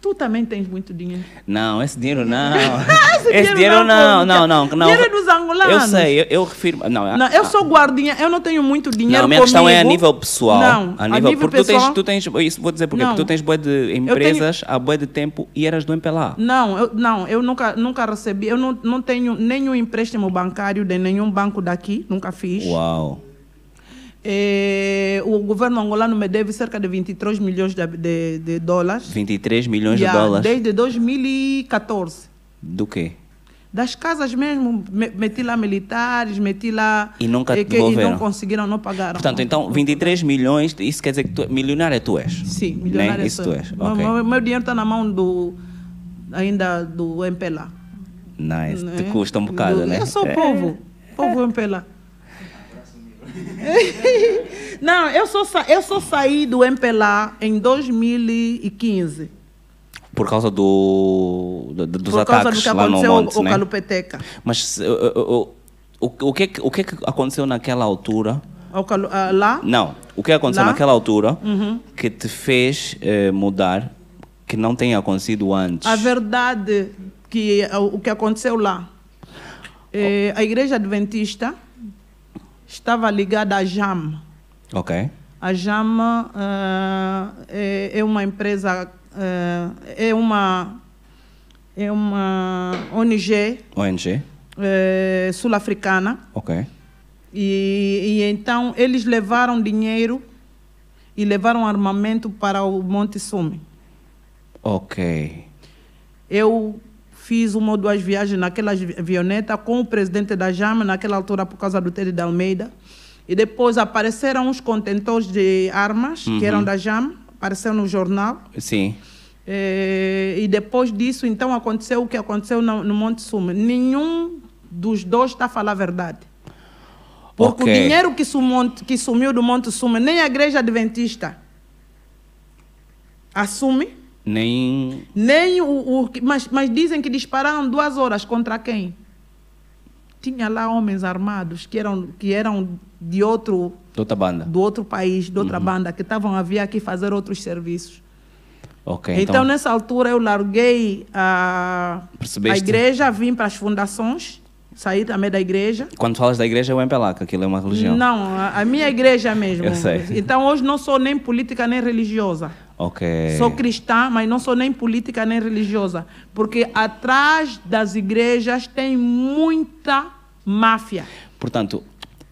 Tu também tens muito dinheiro. Não, esse dinheiro não. Esse dinheiro não, não, não, não, pô. não. Dinheiro é dos angolanos. Eu sei, eu, eu refiro. Não, Não, a- eu sou guardinha, eu não tenho muito dinheiro Ah, Não, a minha questão é a comigo. nível pessoal. Não, a nível, porque tu tens, tu tens, isso vou dizer porque, Não. porque tu tens boa de empresas há boa de tempo e eras do MPLA. Não, eu, não, eu nunca, nunca recebi, eu não, não tenho nenhum empréstimo bancário de nenhum banco daqui, nunca fiz. Uau. Eh, o governo angolano me deve cerca de 23 milhões de, de- de dólares. 23 milhões Yeah, de dólares. Desde 2014. Do quê? Das casas mesmo, me- meti lá militares, meti lá. E nunca te eh, que- e devolveram? não conseguiram, não pagaram. Portanto, então, 23 milhões, isso quer dizer que tu, milionária tu és? Sim, milionário. é Né? Isso tu és. Meu, Ok. meu, meu dinheiro está na mão do. ainda do MPLA. Nice. Te né? custa um bocado, Do- né? Eu sou É. povo. Povo MPLA. Não, eu só, sa- eu só saí do MPLA em 2015. Por causa do, do- do- dos por causa do ataques que lá no aconteceu monte, o né? Calupeteca. Mas se- o, o, o, o- o que, é que- o que é que aconteceu naquela altura? Ao Calu- ah, lá, Não, o que aconteceu Lá? naquela altura Uhum. que te fez eh, mudar, que não tenha acontecido antes? a verdade que ah, o que aconteceu lá, eh, a igreja adventista estava ligada à JAM. Ok. A JAM ah, é, é uma empresa, ah, é uma é uma ONG ONG? eh, sul-africana. Ok. E, e então eles levaram dinheiro e levaram armamento para o Monte Sume. Ok. Eu fiz uma ou duas viagens naquela avi- avioneta com o presidente da JAMA, naquela altura por causa do Teddy da Almeida. E depois apareceram uns contentores de armas, que eram da JAMA, apareceu no jornal. Sim. Eh, e depois disso, então, aconteceu o que aconteceu no, no Monte Sume. Nenhum dos dois está a falar a verdade. Porque Ok. o dinheiro que, sumou- que sumiu do Monte Sume, nem a igreja adventista assume, Nem. nem o... o que- mas, mas dizem que dispararam duas horas contra quem? Tinha lá homens armados que eram, que eram de outro de outra banda. do outro país, de outra banda, que estavam a vir aqui fazer outros serviços. Ok. Então, nessa altura, eu larguei a, a Percebeste? igreja, vim para as fundações, saí também da igreja. Quando falas da igreja, é o MPLA, que aquilo é uma religião. Não, a, a minha igreja mesmo. Eu sei. Então, hoje não sou nem política nem religiosa. Ok. Sou cristã, mas não sou nem política nem religiosa. Porque atrás das igrejas tem muita máfia. Portanto,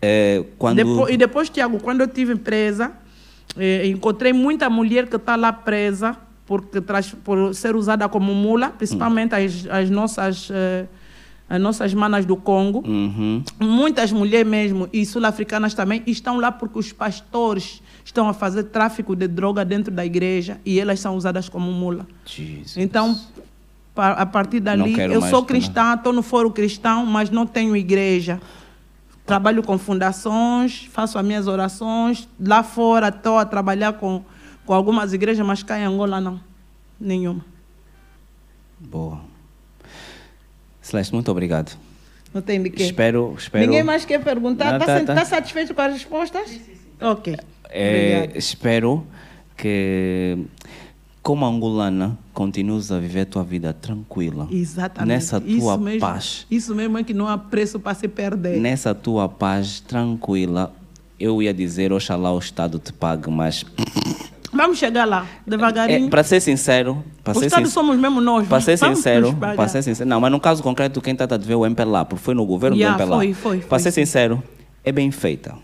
eh, quando. Depo- e depois, Tiago, quando eu estive presa, eh, encontrei muita mulher que está lá presa porque tras- por ser usada como mula, principalmente as, as nossas, eh, as nossas manas do Congo. Uhum. Muitas mulheres mesmo, e sul-africanas também, estão lá porque os pastores estão a fazer tráfico de droga dentro da igreja e elas são usadas como mula. Jesus. Então, pa- a partir dali, quero eu mais sou também. cristã, estou no foro cristão, mas não tenho igreja. trabalho com fundações, faço as minhas orações. Lá fora estou a trabalhar com, com algumas igrejas, mas cá em Angola não. Nenhuma. Boa. Celeste, muito obrigado. Não tem de quê. Espero, espero. Ninguém mais quer perguntar? Não, Está tá, sen- tá. tá satisfeito com as respostas? Ok. É, Obrigada. espero que, como angolana, continues a viver a tua vida tranquila. Exatamente. Nessa Isso tua mesmo. É. paz. Isso mesmo é que não há preço para se perder. Nessa tua paz tranquila. Eu ia dizer, oxalá o Estado te pague, mas. Vamos chegar lá, É, devagarinho. para ser sincero. Para Tá o ser Estado sin- somos mesmo nós. Para ser Vamos nos sincero, pagar. para ser sincero, não, mas no caso concreto, quem trata de ver o MPLA, porque foi no governo Yeah, do MPLA. foi, foi, Para foi. ser sincero, é bem feita.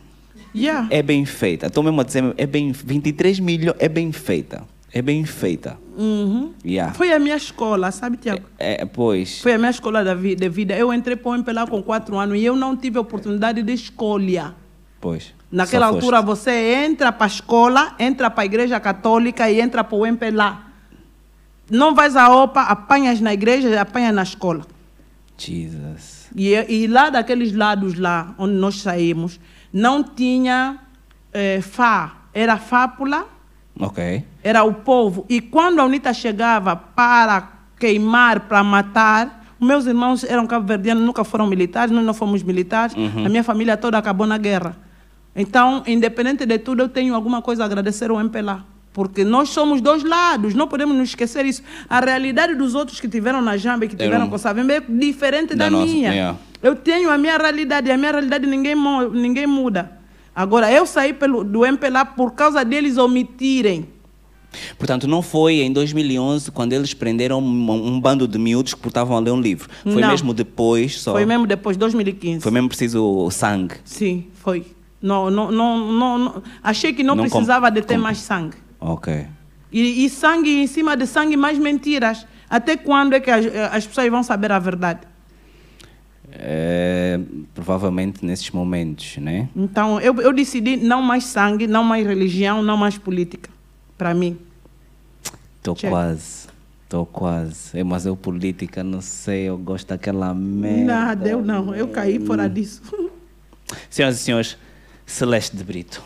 Yeah. É bem feita. Estou mesmo a dizer, é bem, 23 milhões, é bem feita. É bem feita. Uhum. Yeah. Foi a minha escola, sabe, Tiago? É, pois. Foi a minha escola da vi- de vida. Eu entrei para o MPLA com quatro anos e eu não tive oportunidade de escolha. Pois. Naquela Só altura foste. você entra para a escola, entra para a igreja católica e entra para o MPLA. Não vais à OPA, apanhas na igreja, apanhas na escola. Jesus. E, e lá daqueles lados lá onde nós saímos, não tinha eh, Fá, era fápula, Ok. era o povo. E quando a UNITA chegava para queimar, para matar, meus irmãos eram cabo-verdianos, nunca foram militares, nós não fomos militares, Uhum. a minha família toda acabou na guerra. Então, independente de tudo, eu tenho alguma coisa a agradecer ao MPLA. Porque nós somos dois lados, não podemos nos esquecer isso. A realidade dos outros que tiveram na Jamba e que Era tiveram um- com o Savimbe é diferente Da da, nossa, é. minha. yeah. Eu tenho a minha realidade, e a minha realidade ninguém, mo- ninguém muda. Agora, eu saí pelo, do MPLA por causa deles omitirem. Portanto, não foi em 2011 quando eles prenderam um, um bando de miúdos que portavam a ler um livro. Foi Não. mesmo depois só. Foi mesmo depois, 2015. Foi mesmo preciso o sangue. Sim, foi. Não, não, não, não, não- Achei que não, Não com- precisava de ter com- mais sangue. Ok. E, e sangue em cima de sangue, mais mentiras. Até quando é que as, as pessoas vão saber a verdade? É, provavelmente nesses momentos, né? Então, eu, eu decidi não mais sangue, não mais religião, não mais política. Para mim. Estou Check. quase. Estou quase. É, mas eu, política, não sei, eu gosto daquela merda. Nada, eu não. Eu caí fora disso. Senhoras e senhores, Celeste de Brito.